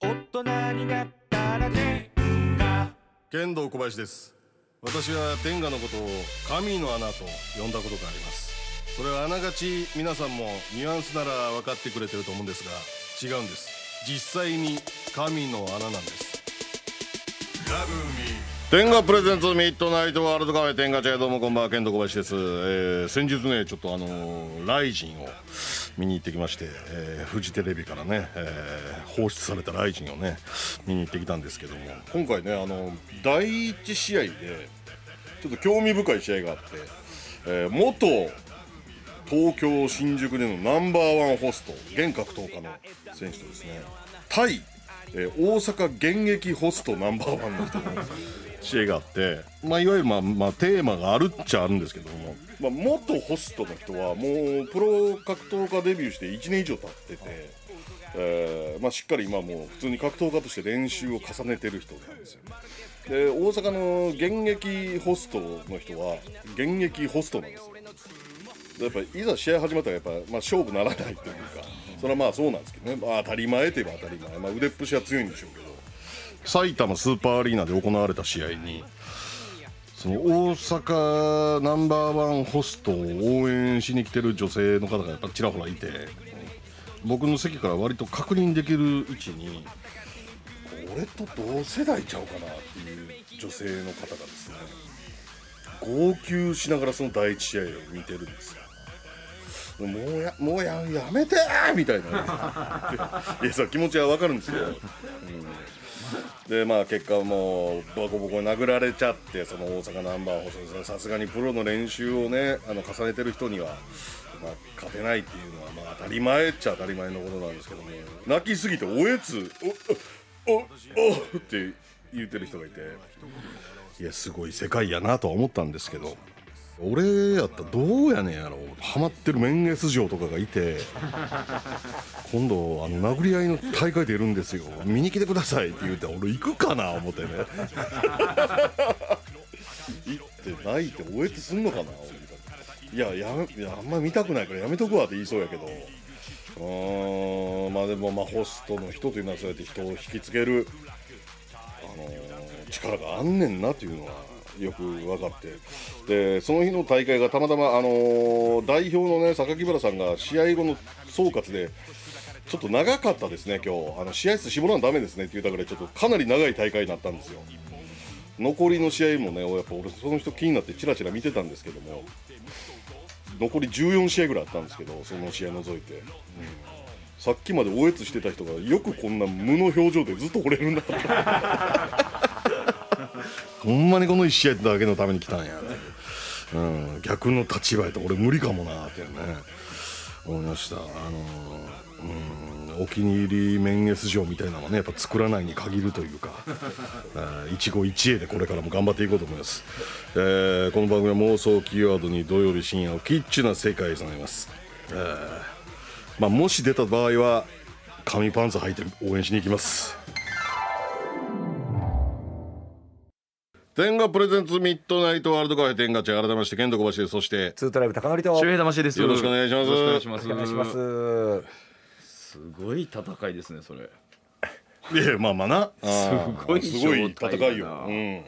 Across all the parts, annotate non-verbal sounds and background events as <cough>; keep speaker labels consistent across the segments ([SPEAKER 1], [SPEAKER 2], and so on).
[SPEAKER 1] 人になったら天下
[SPEAKER 2] 剣道小林です私は天下のことを神の穴と呼んだことがありますそれはあながち皆さんもニュアンスなら分かってくれてると思うんですが違うんです実際に神の穴なんです天下プレゼンツミッドナイトワールドカフェ天下茶屋どうもこんばんは剣道小林です、えー先日ねちょっとあのーライジンを見に行ってきまして、えーフジテレビからね、えー放出されたライジンをね見に行ってきたんですけども今回ねあの第一試合でちょっと興味深い試合があって、えー元東京新宿でのナンバーワンホスト現格闘家の選手とですね対、えー大阪現役ホストナンバーワンの人の試合があって、まあ、いわゆる、まあまあ、テーマがあるっちゃあるんですけども、まあ、元ホストの人はもうプロ格闘家デビューして1年以上経ってて、えーまあ、しっかり今もう普通に格闘家として練習を重ねてる人なんですよで大阪の現役ホストの人は現役ホストなんですよでやっぱりいざ試合始まったらやっぱ、まあ、勝負ならないというかそれはまあそうなんですけどね、まあ、当たり前といえば当たり前、まあ、腕っぷしは強いんでしょうけど埼玉スーパーアリーナで行われた試合にその大阪ナンバーワンホストを応援しに来てる女性の方がやっぱちらほらいて僕の席から割と確認できる位置に俺と同世代ちゃうかなっていう女性の方がですね号泣しながらその第一試合を見てるんですよもうやもうややめてーみたいないやそう気持ちはわかるんですけどでまあ結果もうボコボコに殴られちゃってその大阪ナンバーホストさすがにプロの練習をねあの重ねてる人には、まあ、勝てないっていうのはまあ当たり前っちゃ当たり前のことなんですけども泣きすぎておえつおおおって言ってる人がいていやすごい世界やなとは思ったんですけど俺やったらどうやねんやろハマってるメンゲス嬢とかがいて今度あの殴り合いの大会出るんですよ見に来てくださいって言うて俺行くかな思ってね行ってないっておえつすんのかな俺いややめいやあんま見たくないからやめとくわって言いそうやけどうーんまあでもまあホストの人というのはそうやって人を引きつけるあのー力があんねんなというのはよく分かってでその日の大会がたまたま、あのー代表の、ね、榊原さんが試合後の総括でちょっと長かったですね、今日あの試合数絞らなダメですねって言ったぐらいちょっとかなり長い大会になったんですよ。残りの試合もね、やっぱ俺、その人気になってちらちら見てたんですけども、残り14試合ぐらいあったんですけど、その試合除いて、さっきまでおえつしてた人が、よくこんな無の表情でずっと折れるなとほんまにこの1試合だけのために来たんや、うん、逆の立場やと俺無理かもなってね思いましたあのうんお気に入りメンゲス嬢みたいなのはねやっぱ作らないに限るというか <laughs> あー一期一会でこれからも頑張っていこうと思います、えーこの番組は妄想キーワードに土曜日深夜をキッチュな世界へ備えます、えーまあ、もし出た場合は紙パンツ履いて応援しに行きます天下プレゼンツミッドナイトワールドカフェ天下茶改めまして剣道小橋ですそして
[SPEAKER 3] ツートライブ高典と
[SPEAKER 4] 周平魂です
[SPEAKER 2] よろしくお願いします
[SPEAKER 4] よろしくお願いし
[SPEAKER 3] お願
[SPEAKER 4] ま
[SPEAKER 3] いし
[SPEAKER 4] す
[SPEAKER 3] ます。
[SPEAKER 4] すごい戦いですねそれ
[SPEAKER 2] いやまあまあな
[SPEAKER 4] すごい
[SPEAKER 2] すごい
[SPEAKER 4] 状態
[SPEAKER 2] 戦い
[SPEAKER 4] だな
[SPEAKER 2] よ、うん、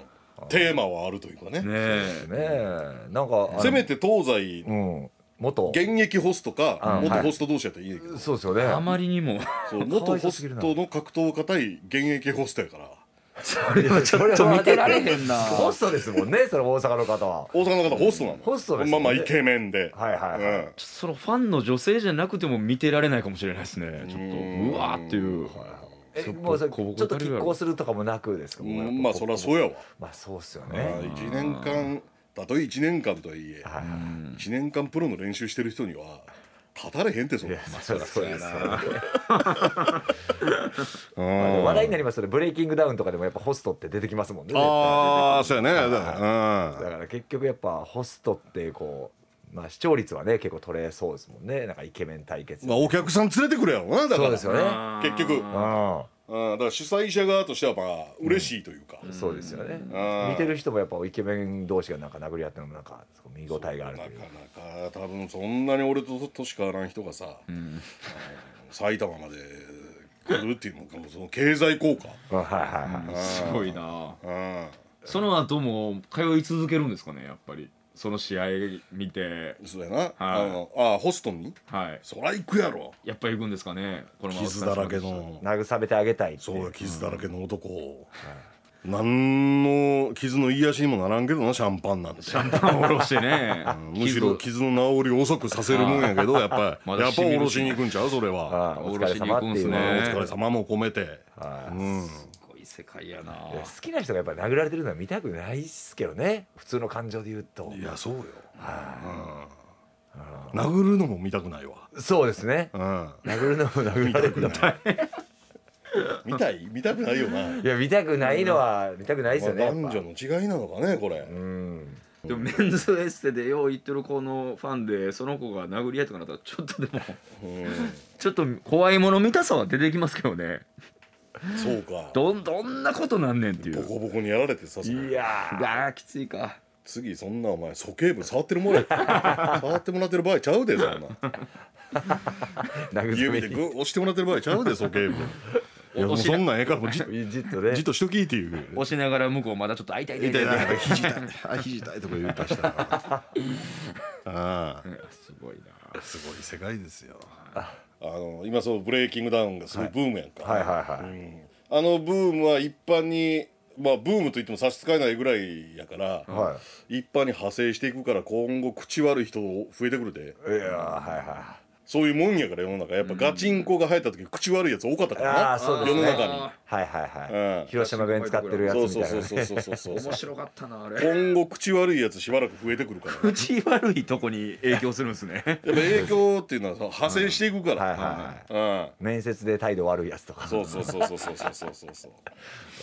[SPEAKER 2] テーマはあるというか
[SPEAKER 4] ね
[SPEAKER 2] ね
[SPEAKER 4] え
[SPEAKER 3] ねえ、なんかあの
[SPEAKER 2] せめて東西
[SPEAKER 3] うん元
[SPEAKER 2] 現役ホストか
[SPEAKER 3] うん
[SPEAKER 2] 元
[SPEAKER 3] はい
[SPEAKER 2] ホスト同士やったらいいけど、
[SPEAKER 3] そうですよね。
[SPEAKER 4] あまりにも
[SPEAKER 2] そう
[SPEAKER 3] かわ
[SPEAKER 2] 元ホ
[SPEAKER 3] いそうすぎる
[SPEAKER 2] ス
[SPEAKER 3] な
[SPEAKER 2] トの格闘家対現役ホストやから
[SPEAKER 3] それはちょっ
[SPEAKER 4] と見てられへんな
[SPEAKER 3] ホストですもんね、その大阪の方は。
[SPEAKER 2] 大阪の方ホストなの
[SPEAKER 3] ホストです
[SPEAKER 2] ま
[SPEAKER 3] ね
[SPEAKER 2] あまあイケメンで、
[SPEAKER 3] はいはいはい
[SPEAKER 2] うん
[SPEAKER 4] そのファンの女性じゃなくても見てられないかもしれないですねちょっと
[SPEAKER 2] うん
[SPEAKER 4] うわーっていう
[SPEAKER 3] え、もうそれ
[SPEAKER 4] ボ
[SPEAKER 3] ち
[SPEAKER 4] コ
[SPEAKER 3] ょ
[SPEAKER 4] ボ
[SPEAKER 3] っ
[SPEAKER 4] コ
[SPEAKER 3] と拮抗するとかもなくですか。もうやっぱ
[SPEAKER 2] うんまあそりゃそうやわ、
[SPEAKER 3] まあそうっすよ
[SPEAKER 2] まあ
[SPEAKER 3] ね。
[SPEAKER 2] 1年間たとえ1年間とはいえ
[SPEAKER 3] はいはい
[SPEAKER 2] 1年間プロの練習してる人には語れへんってそん
[SPEAKER 3] い
[SPEAKER 2] な
[SPEAKER 3] や、そりゃそうですよ
[SPEAKER 2] う
[SPEAKER 3] ね。
[SPEAKER 2] ん
[SPEAKER 3] あの話題になりますよね。ブレイキングダウンとかでもやっぱホストって出てきますもんね。絶対
[SPEAKER 2] ああそうやねだから
[SPEAKER 3] だから結局やっぱホストってこう、まあ視聴率はね結構取れそうですもんね。なんかイケメン対決。
[SPEAKER 2] うんまあお客さん連れてくれやろなだか
[SPEAKER 3] そ
[SPEAKER 2] ら
[SPEAKER 3] うですよね。
[SPEAKER 2] 結局
[SPEAKER 3] うん。
[SPEAKER 2] うんだから主催者側としてはまあ嬉しいというか、
[SPEAKER 3] そうですよね
[SPEAKER 2] うん
[SPEAKER 3] 見てる人もやっぱイケメン同士がなんか殴り合ってるのもなんか見応えがある
[SPEAKER 2] な
[SPEAKER 3] と
[SPEAKER 2] か
[SPEAKER 3] いう
[SPEAKER 2] なか多分そんなに俺と年変わらん人がさ、埼玉まで来るっていうのかもそ <laughs> の経済効果
[SPEAKER 3] はいはいはい
[SPEAKER 4] すごいな
[SPEAKER 2] うん
[SPEAKER 4] その後も通い続けるんですかねやっぱりその試合見て
[SPEAKER 2] そうやな、あのあホストンに
[SPEAKER 4] はい
[SPEAKER 2] そら行くやろ
[SPEAKER 4] やっぱり行くんですかねこのまま
[SPEAKER 2] 傷だらけの
[SPEAKER 3] 慰めてあげたいって
[SPEAKER 2] そうや傷だらけの男を、何の傷の癒しにもならんけどなシャンパンなんて
[SPEAKER 4] シャンパンおろしてね
[SPEAKER 2] むしろ
[SPEAKER 4] 傷
[SPEAKER 2] 傷の治りを遅くさせるもんやけどやっぱり、
[SPEAKER 4] まだ
[SPEAKER 2] やっぱ
[SPEAKER 4] 染みるし
[SPEAKER 2] おろしに行くんちゃうそれは、
[SPEAKER 3] はいお疲れ様っていうの
[SPEAKER 2] お
[SPEAKER 4] おろしに行くんすね
[SPEAKER 2] 疲れ様も込めて、
[SPEAKER 3] は
[SPEAKER 2] うん、
[SPEAKER 4] すごい世界やない
[SPEAKER 3] いや好きな人がやっぱり殴られてるのは見たくないっすけどね普通の感情で言うと
[SPEAKER 2] いやそうよ、
[SPEAKER 3] は
[SPEAKER 2] うん、殴るのも見たくないわ、
[SPEAKER 3] いそうですね
[SPEAKER 2] うん、
[SPEAKER 3] 殴るのも殴られるのも
[SPEAKER 2] 見たい見たくないよな
[SPEAKER 3] いや見たくないのは見たくないですよ
[SPEAKER 2] ま
[SPEAKER 3] ねや
[SPEAKER 2] あ
[SPEAKER 3] っぱ
[SPEAKER 2] 男女の違いなのかねこれ、
[SPEAKER 3] うん
[SPEAKER 4] でもメンズエステでよう言ってる子のファンでその子が殴り合いとかなったらちょっとでも <laughs>
[SPEAKER 2] うん
[SPEAKER 4] ちょっと怖いもの見たさは出てきますけどね
[SPEAKER 2] そうか
[SPEAKER 4] どんどんなことなんねんってい
[SPEAKER 2] ボ
[SPEAKER 4] う
[SPEAKER 2] コボコにやられてさそれ
[SPEAKER 3] いやー
[SPEAKER 4] ああきついか
[SPEAKER 2] 次そんなお前鼠径部触ってるもんや触ってもらってる場合ちゃうでそんな
[SPEAKER 3] 慰
[SPEAKER 2] 指
[SPEAKER 3] め <laughs>
[SPEAKER 2] で
[SPEAKER 3] に
[SPEAKER 2] グー押してもらってる場合ちゃうで鼠径部いやもう
[SPEAKER 4] 押し
[SPEAKER 2] そんなんええから
[SPEAKER 3] <laughs>
[SPEAKER 2] もうじ
[SPEAKER 3] じっとね
[SPEAKER 2] じっとしときっていう
[SPEAKER 4] 押しながら向こうまだちょっと会いたいね
[SPEAKER 2] 痛いな <laughs> 肘痛いあ肘痛いとか言うたりしたら <laughs> ああ
[SPEAKER 4] すごいな
[SPEAKER 2] すごい世界ですよあの今そうブレイキングダウンがすごいブームやんか、
[SPEAKER 3] はいはいはい
[SPEAKER 2] あのブームは一般にまあブームといっても差し支えないぐらいやから、
[SPEAKER 3] は
[SPEAKER 2] 一般に派生していくから今後口悪い人増えてくるで
[SPEAKER 3] いやーはいは
[SPEAKER 2] そういうもんやから世の中やっぱガチンコが流行った時口悪いやつ多かったから
[SPEAKER 3] あ
[SPEAKER 2] な
[SPEAKER 3] ーそう
[SPEAKER 2] 世
[SPEAKER 3] です
[SPEAKER 2] の
[SPEAKER 3] ね
[SPEAKER 2] 中に
[SPEAKER 4] あ
[SPEAKER 3] いはいはいは
[SPEAKER 2] うん
[SPEAKER 3] い広島弁使ってるやつ
[SPEAKER 2] そう
[SPEAKER 3] み
[SPEAKER 2] そう
[SPEAKER 3] たい
[SPEAKER 2] そ
[SPEAKER 3] な
[SPEAKER 2] う
[SPEAKER 3] ね
[SPEAKER 2] そうそうそうそう
[SPEAKER 4] ー面白かったなあれ
[SPEAKER 2] 今後口悪いやつしばらく増えてくるから
[SPEAKER 3] <laughs>
[SPEAKER 2] やっ
[SPEAKER 4] 口悪いとこに影響するんですね <laughs>
[SPEAKER 2] ぱ影響っていうのはさ派生していくか
[SPEAKER 3] はいはい
[SPEAKER 2] ら
[SPEAKER 3] は
[SPEAKER 2] うん
[SPEAKER 3] い面接で態度悪いやつとか
[SPEAKER 2] そうそうそうそうそうそうそうそうそう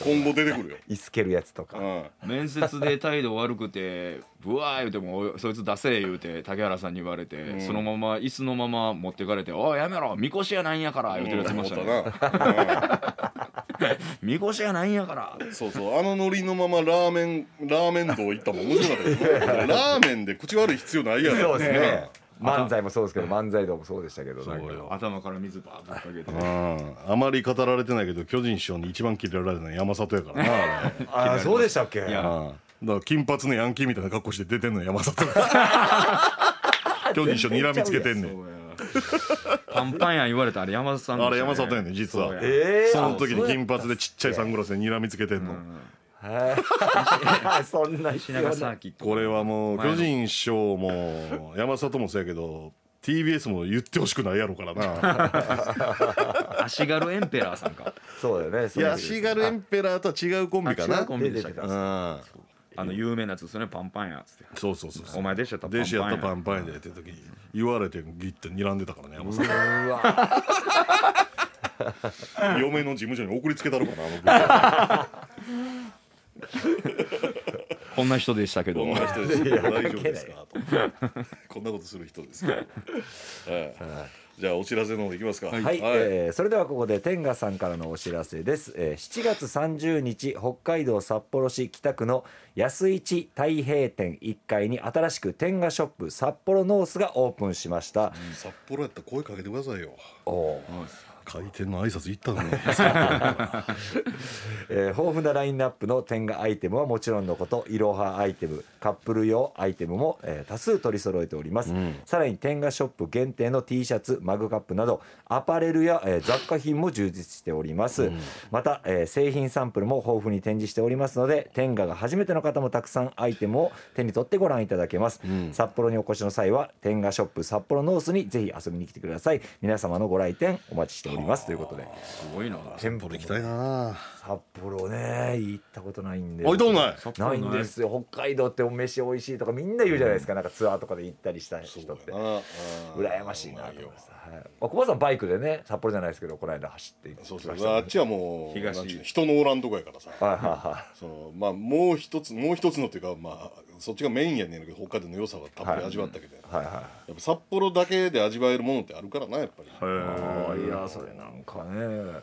[SPEAKER 2] 今後出てくるよ
[SPEAKER 3] いすけるやつとか
[SPEAKER 2] うん
[SPEAKER 4] 面接で態度悪くてブワー言うてもおいそいつ出せ言うて竹原さんに言われて、
[SPEAKER 2] ん
[SPEAKER 4] そのまま椅子のまま持ってかれて「おいやめろみこしやないんやから」言うてるやついましたね
[SPEAKER 2] な
[SPEAKER 4] 「みこしやないんやから」
[SPEAKER 2] そうそうあのノリのままラーメンラーメン道行ったもん面白かったけどラーメンで口悪い必要ないやろ
[SPEAKER 3] そうですね漫才もそうですけど漫才道もそうでしたけどなんか
[SPEAKER 4] 頭から水バーッとかけて
[SPEAKER 2] うんあまり語られてないけど巨人師匠に一番嫌られたのは山里やからなあれ
[SPEAKER 3] あーそうでしたっけ
[SPEAKER 4] いや
[SPEAKER 2] うんだから金髪のヤンキーみたいな格好して出てんのよ山 <laughs> 里が巨人師匠にらみつけてんねん
[SPEAKER 4] パンパンや言われたあれ山里さんで
[SPEAKER 2] あ
[SPEAKER 4] した
[SPEAKER 2] れ
[SPEAKER 4] ね
[SPEAKER 2] 山里やねん実は
[SPEAKER 4] そうや
[SPEAKER 3] えー
[SPEAKER 2] その時に金髪でちっちゃいサングラスでにらみつけてんの、
[SPEAKER 3] はい <laughs> そんな
[SPEAKER 4] 石
[SPEAKER 3] 必要
[SPEAKER 4] 永
[SPEAKER 3] ない
[SPEAKER 4] サーキット
[SPEAKER 2] これはもう
[SPEAKER 4] 前の
[SPEAKER 2] 巨人師匠も山里もそうやけど TBS も言ってほしくないやろから <laughs> な
[SPEAKER 4] 足軽エンペラーさんか
[SPEAKER 3] そうだよね。そ
[SPEAKER 2] いうや
[SPEAKER 3] です
[SPEAKER 2] シガルエンペラーとは違うコンビか
[SPEAKER 4] あ違
[SPEAKER 2] な
[SPEAKER 4] うコンビでしたっけ
[SPEAKER 3] 出て
[SPEAKER 2] うん
[SPEAKER 4] あの有名なやつですよねパンパンやつって
[SPEAKER 2] そうそうそうそう
[SPEAKER 4] お前弟子やったらパンパンや
[SPEAKER 2] 弟子やったパンパンやでって時に言われてギッて睨んでたからね山里
[SPEAKER 3] うわ
[SPEAKER 2] 嫁の事務所に送りつけたろかなあ
[SPEAKER 4] こんな人でしたけど
[SPEAKER 2] の
[SPEAKER 4] も
[SPEAKER 2] こんな人です大
[SPEAKER 3] 関係ない
[SPEAKER 2] 丈夫ですかとこんなことする人ですかはいじゃあお知らせの方いきますかは
[SPEAKER 3] はい、えーそれではここで天賀さんからのお知らせです、えー7月30日北海道札幌市北区の安市太平店1階に新しく天賀ショップ札幌ノースがオープンしました、
[SPEAKER 2] 札幌やったら声かけてくださいよ
[SPEAKER 3] おー
[SPEAKER 2] 開店の挨拶行ったのに
[SPEAKER 3] えー豊富なラインナップの天下アイテムはもちろんのこといろはアイテムカップル用アイテムも、えー多数取り揃えております、さらに天下ショップ限定の T シャツマグカップなどアパレルや、えー雑貨品も充実しております、また、えー製品サンプルも豊富に展示しておりますので天下が初めての方もたくさんアイテムを手に取ってご覧いただけます、札幌にお越しの際は天下ショップ札幌ノースにぜひ遊びに来てください皆様のご来店お待ちしておりますということです
[SPEAKER 4] ごいな
[SPEAKER 3] 店舗
[SPEAKER 2] 行きたいな
[SPEAKER 3] 札幌ね行ったことないんで
[SPEAKER 2] あ行ったことない
[SPEAKER 4] 札幌
[SPEAKER 3] な
[SPEAKER 4] ないい
[SPEAKER 3] んですよ北海道ってお飯美味しいとかみんな言うじゃないですか、なんかツアーとかで行ったりした人って羨ましいなと思います、はい、あ小林さんバイクでね札幌じゃないですけどこの間走って行って
[SPEAKER 2] そう
[SPEAKER 3] き
[SPEAKER 2] そ
[SPEAKER 3] まし
[SPEAKER 2] うあ
[SPEAKER 3] た
[SPEAKER 2] っちはもう
[SPEAKER 4] 東
[SPEAKER 2] なんていうの人のおらんとこやからさ
[SPEAKER 3] はいはいは
[SPEAKER 2] そのまあもう一つもう一つのっていうかまあそっちがメインやねんけど北海道の良さはたっぷり味わったけど、
[SPEAKER 3] いはいは
[SPEAKER 2] やっぱ札幌だけで味わえるものってあるからなやっぱり
[SPEAKER 3] いあーいやそれなんかね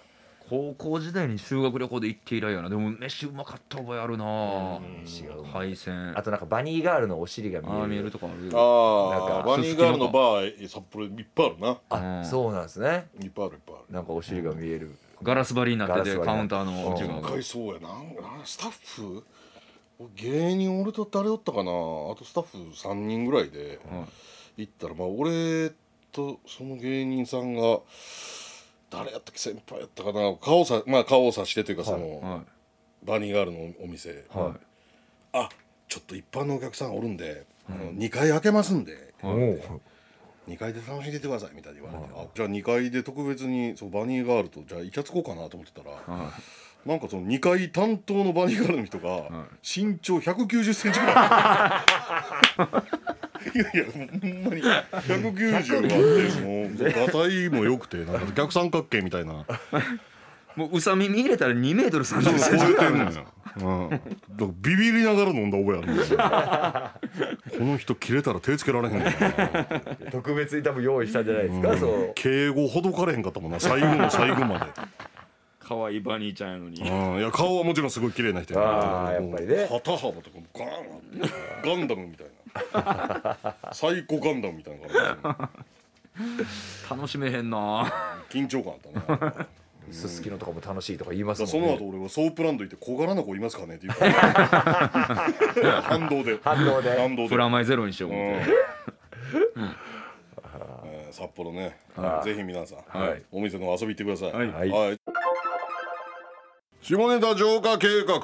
[SPEAKER 4] 高校時代に修学旅行で行って以来やなでも飯うまかった覚えあるな
[SPEAKER 3] 飯がうまい
[SPEAKER 4] 配線
[SPEAKER 3] あとなんかバニーガールのお尻が見
[SPEAKER 4] あー見え
[SPEAKER 3] える
[SPEAKER 4] るとかある
[SPEAKER 2] あ
[SPEAKER 3] なん
[SPEAKER 2] あ
[SPEAKER 3] か
[SPEAKER 2] バニーガールのバー札幌いっぱいあるな
[SPEAKER 3] あ
[SPEAKER 4] うん
[SPEAKER 3] そうなんですね
[SPEAKER 2] いっぱいあるいっぱいある
[SPEAKER 3] なんかお尻が見える
[SPEAKER 4] ガラス張りになってて
[SPEAKER 3] ガラス張りになって
[SPEAKER 4] カウンターの内
[SPEAKER 2] 今
[SPEAKER 4] 側が
[SPEAKER 2] 回そうやなんなんスタッフ芸人俺と誰おったかなあとスタッフ3人ぐらいで
[SPEAKER 4] はい
[SPEAKER 2] 行ったら、まあ俺とその芸人さんが誰やったっけ先輩やったかな顔さ、まあ、顔をさしてというかその、
[SPEAKER 4] は
[SPEAKER 2] バニーガールのお店、
[SPEAKER 4] いは
[SPEAKER 2] あちょっと一般のお客さんおるんで、あの2階開けますんで
[SPEAKER 3] おお
[SPEAKER 2] 2階で楽しんでってくださいみたいに言われて、あじゃあ2階で特別にそうバニーガールとじゃあイチャつこうかなと思ってたら、
[SPEAKER 4] いは
[SPEAKER 2] なんかその2階担当のバニーガールの人が身長1 9 0ンチぐらいいやいやほんまに190があってもうガタイも良くてなんか逆三角形みたいな
[SPEAKER 4] いもううさ耳入れたら2メートル3 0
[SPEAKER 2] 超
[SPEAKER 4] セ
[SPEAKER 2] え <laughs>
[SPEAKER 4] ンチ
[SPEAKER 2] てんのよ、うん、だからビビりながら飲んだ覚えあるんですよこの人切れたら手つけられへんのかな
[SPEAKER 3] <laughs> 特別に多分用意したんじゃないですか、そう
[SPEAKER 2] 敬語ほどかれへんかったもんな最
[SPEAKER 3] <laughs>
[SPEAKER 2] 後の最後まで、
[SPEAKER 4] 可愛いバニーちゃんやのに
[SPEAKER 2] うん、いや顔はもちろんすごい綺麗な人
[SPEAKER 3] あーやっぱりね
[SPEAKER 2] 肩幅とかもガーンガンダムみたい
[SPEAKER 3] <laughs>
[SPEAKER 2] な最高ガンダムみたいな感
[SPEAKER 4] 楽しめへんな
[SPEAKER 2] じ緊張感あ
[SPEAKER 3] <laughs>
[SPEAKER 2] ったねだか
[SPEAKER 3] すすきのとかも楽しいとか言いますも
[SPEAKER 2] ら
[SPEAKER 3] ん
[SPEAKER 2] そ
[SPEAKER 3] ね
[SPEAKER 2] の後俺はソープランド行って小柄な子いますかねって
[SPEAKER 3] <laughs>
[SPEAKER 2] 言うから反動で
[SPEAKER 3] 反動で
[SPEAKER 2] 反動で
[SPEAKER 4] プラマイゼロにしよう
[SPEAKER 2] うん
[SPEAKER 4] 思って
[SPEAKER 2] えー札幌ね、
[SPEAKER 3] はい
[SPEAKER 2] ぜひ皆さん、
[SPEAKER 3] はい
[SPEAKER 2] お店の遊び行ってください、
[SPEAKER 4] はい
[SPEAKER 3] はい
[SPEAKER 2] 下ネタ浄化計画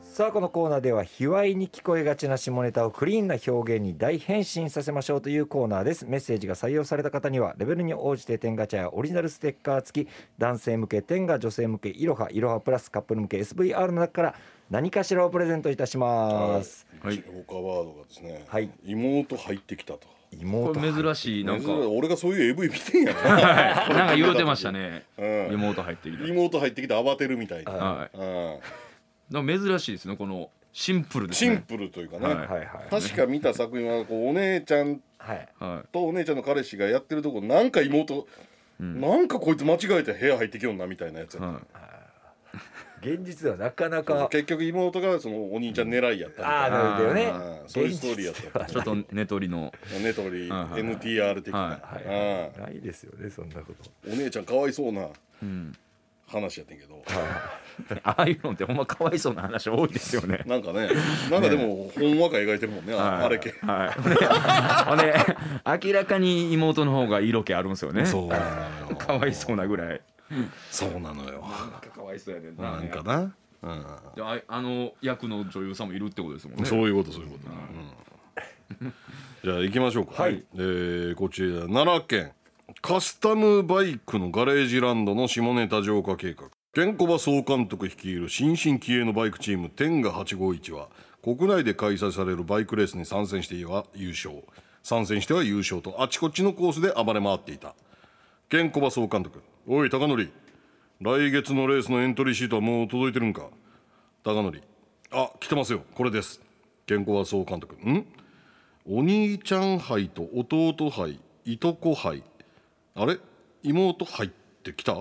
[SPEAKER 3] さあこのコーナーでは卑猥に聞こえがちな下ネタをクリーンな表現に大変身させましょうというコーナーですメッセージが採用された方にはレベルに応じて天ガチャやオリジナルステッカー付き男性向け天ガ女性向けいろはいろはプラスカップル向け SVR の中から何かしらをプレゼントいたします、
[SPEAKER 4] はい
[SPEAKER 2] 浄化ワードがですね、
[SPEAKER 3] はい
[SPEAKER 2] 妹入ってきたと
[SPEAKER 4] こ
[SPEAKER 3] 妹
[SPEAKER 4] れ珍しいなんか
[SPEAKER 2] 珍しい俺がそういう AV 見てんや
[SPEAKER 4] <laughs> はいなんか言うてましたね
[SPEAKER 2] な、うん、
[SPEAKER 4] 妹入ってき
[SPEAKER 2] 妹入ってきて慌てるみたい
[SPEAKER 4] た
[SPEAKER 2] な、
[SPEAKER 4] は
[SPEAKER 2] うん、
[SPEAKER 4] いなんか珍しいですねこのシンプルです
[SPEAKER 2] シン
[SPEAKER 4] ね
[SPEAKER 2] プルというかね、
[SPEAKER 4] はい
[SPEAKER 3] はいはい
[SPEAKER 2] 確か見た作品はこうお姉ちゃん
[SPEAKER 3] はい
[SPEAKER 4] は
[SPEAKER 2] とお姉ちゃんの彼氏がやってるとこなんか妹、なんかこいつ間違えて部屋入ってきよんなみたいなやつ
[SPEAKER 4] い
[SPEAKER 2] やった
[SPEAKER 4] は
[SPEAKER 3] 現実ではなかな
[SPEAKER 2] そう
[SPEAKER 3] か
[SPEAKER 2] 結局妹がそのお兄ちゃん狙いやったみ
[SPEAKER 3] ああ
[SPEAKER 2] たいな、
[SPEAKER 3] なるほどね
[SPEAKER 2] あーそういうストーリーやった
[SPEAKER 4] いちょっと寝取りの
[SPEAKER 2] ねとり
[SPEAKER 4] はいはい
[SPEAKER 2] NTR 的な、
[SPEAKER 4] はい
[SPEAKER 3] はい
[SPEAKER 2] あ
[SPEAKER 3] ないですよねそんなこと
[SPEAKER 2] ーお姉ちゃんかわいそうな
[SPEAKER 4] うん
[SPEAKER 2] 話やってんけど、
[SPEAKER 4] ああいうのってほんまかわいそうな話多いですよね。
[SPEAKER 2] なんかねなんかでもほんわか描いてるもんねああれ系
[SPEAKER 4] はい。ほんで、明らかに妹の方が色気あるんですよね。
[SPEAKER 2] うなのよ
[SPEAKER 4] かわいそうなぐらい。
[SPEAKER 2] <laughs> そうなのよ
[SPEAKER 4] なんかかわいそうやねん
[SPEAKER 2] なんかな、
[SPEAKER 4] でああの役の女優さんもいるってことですもんね。
[SPEAKER 2] そういうことそういうこと、うんじゃあ行きましょうか、
[SPEAKER 3] はい
[SPEAKER 2] えーこちら奈良県カスタムバイクのガレージランドの下ネタ浄化計画ケンコバ総監督率いる新進気鋭のバイクチームテンガ851は国内で開催されるバイクレースに参戦しては優勝参戦しては優勝とあちこちのコースで暴れ回っていたケンコバ総監督おい高則来月のレースのエントリーシートはもう届いてるんか高則あ来てますよこれです健康は総監督んお兄ちゃん杯と弟杯いとこ杯あれ妹入ってきた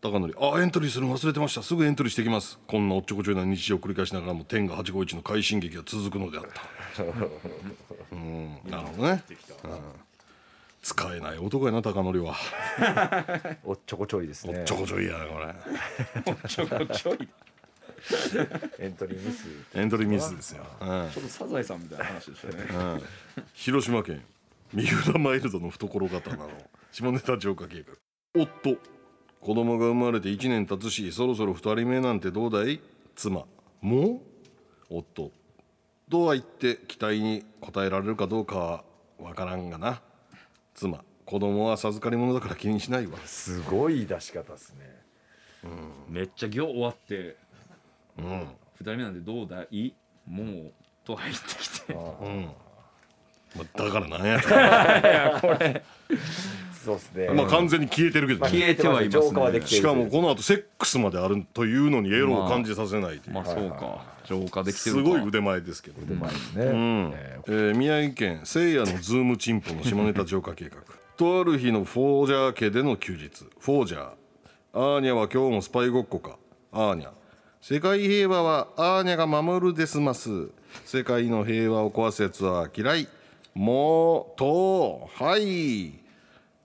[SPEAKER 2] 高則あエントリーするの忘れてましたすぐエントリーしてきますこんなおっちょこちょいな日常を繰り返しながらも天下851の快進撃が続くのであったうんなるほどね、うん使えない男やな高則は
[SPEAKER 3] おっちょこちょいです
[SPEAKER 2] おっ
[SPEAKER 3] ね
[SPEAKER 2] ちょこちょいやなこれ。
[SPEAKER 4] ちょこ
[SPEAKER 2] <laughs>
[SPEAKER 4] ちょい。ち
[SPEAKER 3] エントリーミス
[SPEAKER 2] エントリーミスですよ、うん
[SPEAKER 4] ょっとサザエさんみたいな話でしたね。
[SPEAKER 2] 広島県三浦マイルドの懐刀の下ネタ浄化計画夫子供が生まれて1年経つしそろそろ2人目なんてどうだい妻もう夫とは言って期待に応えられるかどうかは分からんがな妻子供は授かり物だから気にしないわ
[SPEAKER 3] すごい出し方ですね
[SPEAKER 4] めっちゃ行終わって、
[SPEAKER 2] うん
[SPEAKER 4] 二人目なんでどうだいもう、と入ってきて。
[SPEAKER 2] うんまあだか
[SPEAKER 4] <laughs>
[SPEAKER 2] らなんや
[SPEAKER 3] そうですね、
[SPEAKER 2] まあ完全に消えてるけどね
[SPEAKER 4] 消えてはいますね
[SPEAKER 3] 浄化はできてい
[SPEAKER 2] し
[SPEAKER 3] る
[SPEAKER 2] かもこの後セックスまであるというのにエロを感じさせないという、
[SPEAKER 4] まあそうか。浄化できて
[SPEAKER 2] す
[SPEAKER 4] るか。
[SPEAKER 2] ごい腕前ですけど、
[SPEAKER 3] うまいですね、
[SPEAKER 2] うんえー宮城県せいやのズームチンポの下ネタ浄化計画 <laughs> とある日のフォージャー家での休日フォージャーアーニャは今日もスパイごっこかアーニャ世界平和はアーニャが守るですます世界の平和を壊すやつは嫌いもうとはい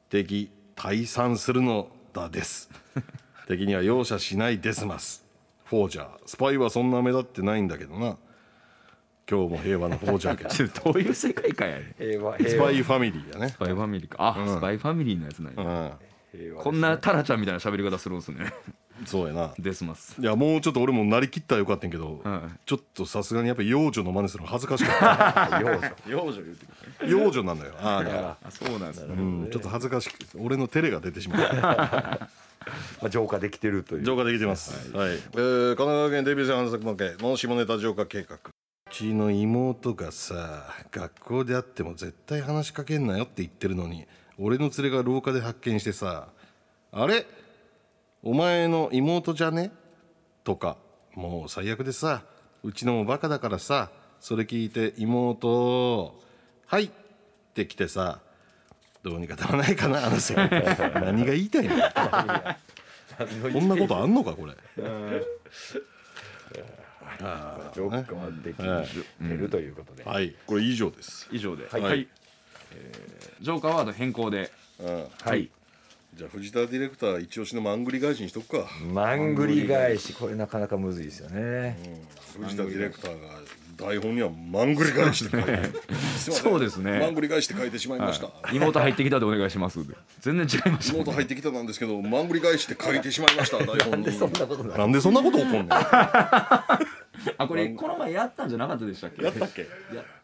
[SPEAKER 2] 敵退散するのだです <laughs> 敵には容赦しないですますフォージャースパイはそんな目立ってないんだけどな今日も平和なフォージャー家ス
[SPEAKER 4] ちょっ <laughs> とどういう世界観やねん
[SPEAKER 3] 平和
[SPEAKER 2] パイファミリーやね
[SPEAKER 4] スパイファミリーかあ、スパイファミリーのやつなんや、
[SPEAKER 3] 平和
[SPEAKER 4] こんなタラちゃんみたいな喋り方するんですね
[SPEAKER 2] うんそうやな
[SPEAKER 4] デスマス
[SPEAKER 2] いやもうちょっと俺もなりきったらよかったんやけど、
[SPEAKER 4] はい
[SPEAKER 2] ちょっとさすがにやっぱ幼女の真似するの恥ずかしかっ
[SPEAKER 3] 平和
[SPEAKER 4] 幼女言って <laughs>
[SPEAKER 2] た幼女なんだよああだから
[SPEAKER 4] あそうなんですね
[SPEAKER 2] うんちょっと恥ずかしく俺の照れが出てしまう
[SPEAKER 3] まあ、浄化できてるという
[SPEAKER 2] 浄化できてます。はい。えー神奈川県デビュー戦反則負け、ノン下ネタ浄化計画。うちの妹がさ、学校であっても絶対話しかけんなよって言ってるのに、俺の連れが廊下で発見してさ、あれお前の妹じゃねとか、もう最悪でさ、うちのもバカだからさ、それ聞いて妹、はいって来てさ、どうにかならないかな、あの <laughs> 世何が言いたいのこんなことあんのかこれ
[SPEAKER 3] 浄化はできてるということで、
[SPEAKER 2] はいこれ以上です
[SPEAKER 4] 以上で、
[SPEAKER 2] い
[SPEAKER 4] えージョーカーワード変更で
[SPEAKER 3] はい
[SPEAKER 2] じゃあ藤田ディレクター一押しのマングリ返しにしとくか
[SPEAKER 3] マングリ返しこれなかなかむずいですよね、
[SPEAKER 2] 藤田ディレクターが台本にはマングリ返しって書いてあるすいません
[SPEAKER 4] そうですね
[SPEAKER 2] マングリ返しって書いてしまいました
[SPEAKER 4] 妹入ってきたでお願いします全然違いました
[SPEAKER 2] 妹入ってきたなんですけどマングリ返しって書いてしまいました台本に
[SPEAKER 3] そんなことない
[SPEAKER 2] なんでそんなこと起こんの
[SPEAKER 4] あこれこの前やったんじゃなかったでしたっけ
[SPEAKER 2] やったっけ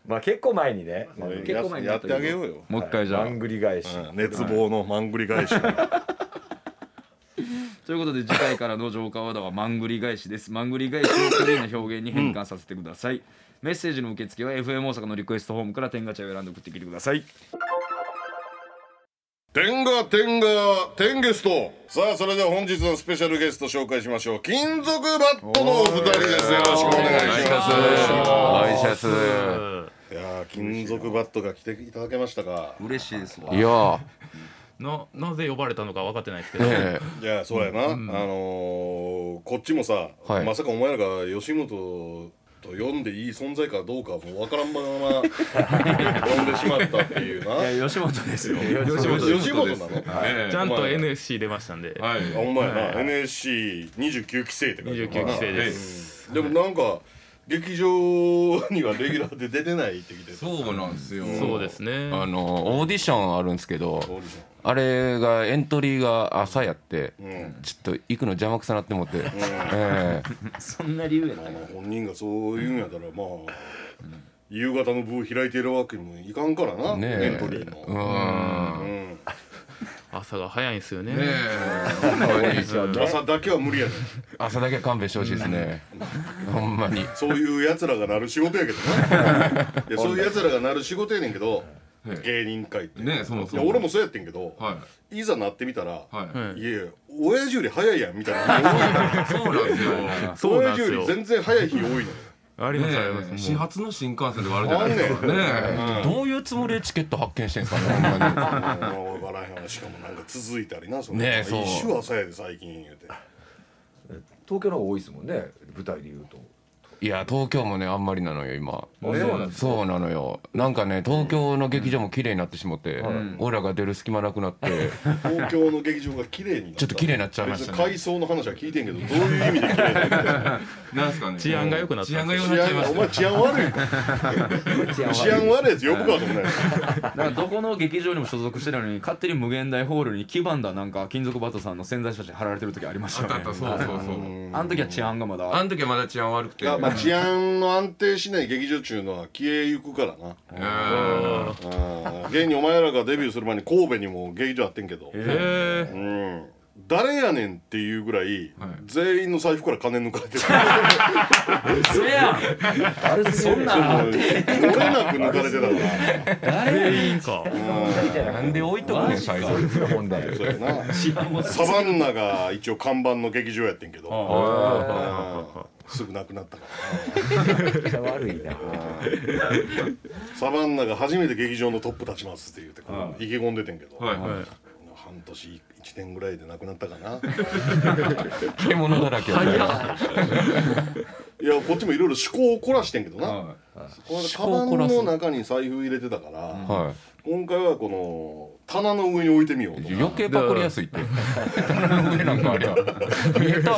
[SPEAKER 3] まあ結構前にね、マングリ
[SPEAKER 4] 結構前に
[SPEAKER 2] や
[SPEAKER 4] やっ
[SPEAKER 2] っ
[SPEAKER 4] た
[SPEAKER 2] てあげようよ
[SPEAKER 4] もう一回じゃあ、
[SPEAKER 3] マングリ返し、
[SPEAKER 2] うん熱望のマングリ返し
[SPEAKER 4] ということで次回からのジョーカーワードはマングリ返しですマングリ返しをクリーンな表現に変換させてください、メッセージの受付は FM 大阪のリクエストホームから天ガチャを選んで送ってきてください
[SPEAKER 2] 天が天が天ゲストさあそれでは本日のスペシャルゲスト紹介しましょう金属バットのお二人ですよろしくお願いしま
[SPEAKER 5] ワイシャツ
[SPEAKER 2] すいやー金属バットが来ていただけましたか
[SPEAKER 4] 嬉しいですわ
[SPEAKER 5] いやー
[SPEAKER 6] ななぜ呼ばれたのか分かってないですけど、
[SPEAKER 5] え
[SPEAKER 2] いやそうやな、あのー、こっちもさ、
[SPEAKER 5] はい
[SPEAKER 2] まさかお前らが吉本と呼んでいい存在かどうかもう分からんまま呼んでしまったっていうない
[SPEAKER 4] や <laughs> 吉本ですよ
[SPEAKER 2] 吉本吉本なの、
[SPEAKER 4] ええ
[SPEAKER 6] <laughs> ちゃんと NSC 出ましたんで、
[SPEAKER 4] はい
[SPEAKER 2] あほんまやな、NSC29 期生って書いてあるな
[SPEAKER 6] 29期生です、
[SPEAKER 2] でもなんか劇場にはレギュラーで出てないって聞いてた
[SPEAKER 5] そうなんですよ
[SPEAKER 6] そうですね
[SPEAKER 5] あのオーディションあるんですけ
[SPEAKER 2] オー
[SPEAKER 5] ど
[SPEAKER 2] ディシ
[SPEAKER 5] あれがエントリーが朝やって、
[SPEAKER 2] ん
[SPEAKER 5] ちょっと行くの邪魔くさなって思って、え
[SPEAKER 4] そんな理由やった
[SPEAKER 2] ョンまあ本人がそう言うんやったらまあ夕方の部開いてるわけにもいかんからな、
[SPEAKER 5] ね
[SPEAKER 2] エ
[SPEAKER 5] え
[SPEAKER 2] ントリー
[SPEAKER 5] えう
[SPEAKER 2] の、
[SPEAKER 5] ん
[SPEAKER 2] うん
[SPEAKER 6] 朝が早いんですよね
[SPEAKER 5] ねえほんまに
[SPEAKER 2] 朝だけは無理やね
[SPEAKER 5] 朝だけは勘弁してほしいですね、ほんまに
[SPEAKER 2] そういうやつらがなる仕事やけど
[SPEAKER 5] <laughs>
[SPEAKER 2] ねいやそういうやつらがなる仕事やねんけど
[SPEAKER 5] ええ
[SPEAKER 2] 芸人界って、
[SPEAKER 5] ねえそもそも
[SPEAKER 2] いや俺もそうやってんけど、、
[SPEAKER 5] はい
[SPEAKER 2] ざなってみたら、、
[SPEAKER 5] はい
[SPEAKER 2] やいや親父より早いやんみたい
[SPEAKER 5] <laughs>
[SPEAKER 2] な
[SPEAKER 5] そうなんですよ
[SPEAKER 6] そう
[SPEAKER 2] 親
[SPEAKER 6] なん
[SPEAKER 2] 父
[SPEAKER 6] です
[SPEAKER 2] より
[SPEAKER 6] よ
[SPEAKER 2] 全然早い日多い
[SPEAKER 5] <laughs>
[SPEAKER 2] のよ
[SPEAKER 6] ありますあります、もう
[SPEAKER 5] 始発の新幹線とかある
[SPEAKER 2] じゃないですかあんねん
[SPEAKER 5] ねえどういうつもりでチケット発見してんすかねほんまに
[SPEAKER 2] <laughs> 分からへんわしかもなんか続いたりなその
[SPEAKER 5] ねえそう
[SPEAKER 2] 一週朝やで最近言うて
[SPEAKER 3] 東京の方が多いですもんね舞台でいうと
[SPEAKER 5] いや東京もねあんまりなのよ今
[SPEAKER 3] そうなんです
[SPEAKER 5] そうなのよなんかね東京の劇場も綺麗になってしもって、俺らが出る隙間なくなって、
[SPEAKER 2] 東京の劇場が綺麗になた
[SPEAKER 5] ちょっと綺麗になっちゃいましたね
[SPEAKER 2] 別に改装の話は聞いてんけどどういう意味で綺麗になった
[SPEAKER 5] なんすかね
[SPEAKER 6] 治安が良くなったんですよ
[SPEAKER 5] 治安が良くなっちゃいま
[SPEAKER 2] の
[SPEAKER 5] し
[SPEAKER 2] お
[SPEAKER 5] た
[SPEAKER 2] 前治安悪いんか治安悪いやつ呼ぶかと思ったよ
[SPEAKER 4] なんかどこの劇場にも所属してるのに勝手に無限大ホールに黄ばんだなんか金属バットさんの潜在写真貼られてる時ありましたよね
[SPEAKER 5] そうそうそう
[SPEAKER 4] あの時は治安がまだ
[SPEAKER 5] あの時はまだ治安悪くて
[SPEAKER 2] いやまあ治安の安定しない劇場っちゅうのは消えゆくからなうん現にお前らがデビューする前に神戸にも劇場あってんけど、
[SPEAKER 6] え
[SPEAKER 2] うん誰やねんっていうぐらい、全員の財布から金抜かれてる
[SPEAKER 4] それやん
[SPEAKER 3] あれそんな
[SPEAKER 2] もう漏れなく抜かれてたから
[SPEAKER 6] ー、全員か
[SPEAKER 5] なんで置いとくねん最初
[SPEAKER 3] その本題
[SPEAKER 2] そうやなサバンナが一応看板の劇場やってんけどうんすぐなくなったから
[SPEAKER 3] 悪いな
[SPEAKER 2] なサバンナが初めて劇場のトップ立ちますって言うてこう意気込んでてんけど、
[SPEAKER 6] はい
[SPEAKER 2] 半年1年ぐらいでなくなったかな
[SPEAKER 5] 獣だらけやね
[SPEAKER 2] いやこっちもいろいろ趣向を凝らしてんけどな
[SPEAKER 4] は
[SPEAKER 2] これ
[SPEAKER 5] 趣
[SPEAKER 2] カ
[SPEAKER 5] 向
[SPEAKER 2] バ
[SPEAKER 5] を
[SPEAKER 2] ン
[SPEAKER 5] 凝らす
[SPEAKER 2] の中に財布入れてたから
[SPEAKER 5] は
[SPEAKER 2] 今回はこ棚の上に置いてみようとか
[SPEAKER 5] 余計パクりやすいって <laughs> 棚の上なんかありゃ見えたんねんから
[SPEAKER 2] そう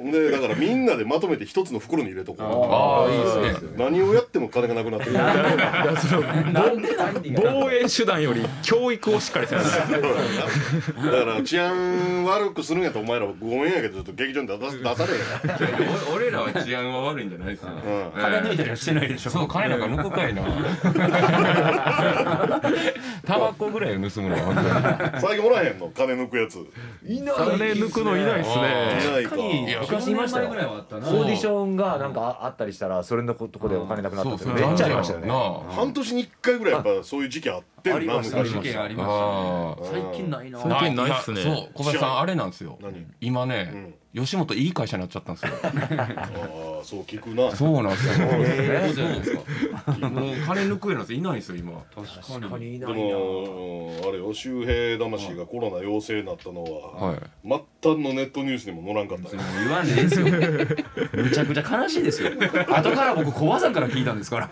[SPEAKER 2] そうでだからみんなでまとめて一つの袋に入れとこ
[SPEAKER 5] ああいいですね
[SPEAKER 2] う何をやっても金がなくなってくる
[SPEAKER 3] なんでなんで
[SPEAKER 6] 防衛手段より教育をしっかりせなさい
[SPEAKER 2] だから治安悪くするんやったらお前らごめんやけどちょっと劇場に出さ出され
[SPEAKER 5] お俺らは治安は悪いんじゃないですよ
[SPEAKER 2] へん、うん
[SPEAKER 5] 金抜いたりはしてないでしょそう金なんか抜く <laughs> かいなタバコぐらいを盗むのは本当に
[SPEAKER 2] 最近おらへんの金抜くやつ
[SPEAKER 3] いな
[SPEAKER 6] 金抜くのいないです
[SPEAKER 2] い
[SPEAKER 6] ね
[SPEAKER 2] ないか
[SPEAKER 3] 確かに昔いました
[SPEAKER 4] 4年前
[SPEAKER 3] よ
[SPEAKER 4] ぐらいはあったな
[SPEAKER 3] オーディションがなんかああったりしたらそれのとこでお金なくなったって
[SPEAKER 5] そう
[SPEAKER 3] めっちゃありましたよね
[SPEAKER 5] なあ
[SPEAKER 2] 半年に1回ぐらいやっぱそういう時期あってんな
[SPEAKER 4] 事
[SPEAKER 2] 昔
[SPEAKER 4] 件ありましたね
[SPEAKER 5] あ
[SPEAKER 4] 最近ないな
[SPEAKER 5] あ
[SPEAKER 6] 最近ないっすね
[SPEAKER 5] 今そう小林さんあれなんですよ
[SPEAKER 2] 何
[SPEAKER 5] 今ね吉本いい会社になっちゃったん <laughs> ですよ
[SPEAKER 2] ああそう聞くな
[SPEAKER 5] そうなんですよ
[SPEAKER 3] え
[SPEAKER 5] そうなんですよもう金抜くようなやついないんですよ今
[SPEAKER 3] 確かにいな
[SPEAKER 2] で
[SPEAKER 3] いな
[SPEAKER 2] もあれよ周平魂がコロナ陽性になったのは、
[SPEAKER 5] はい
[SPEAKER 2] 末端のネットニュースにも載らんかったよ
[SPEAKER 4] 言わんでいいですよむちゃくちゃ悲しいですよ後から僕小技から聞いたんですから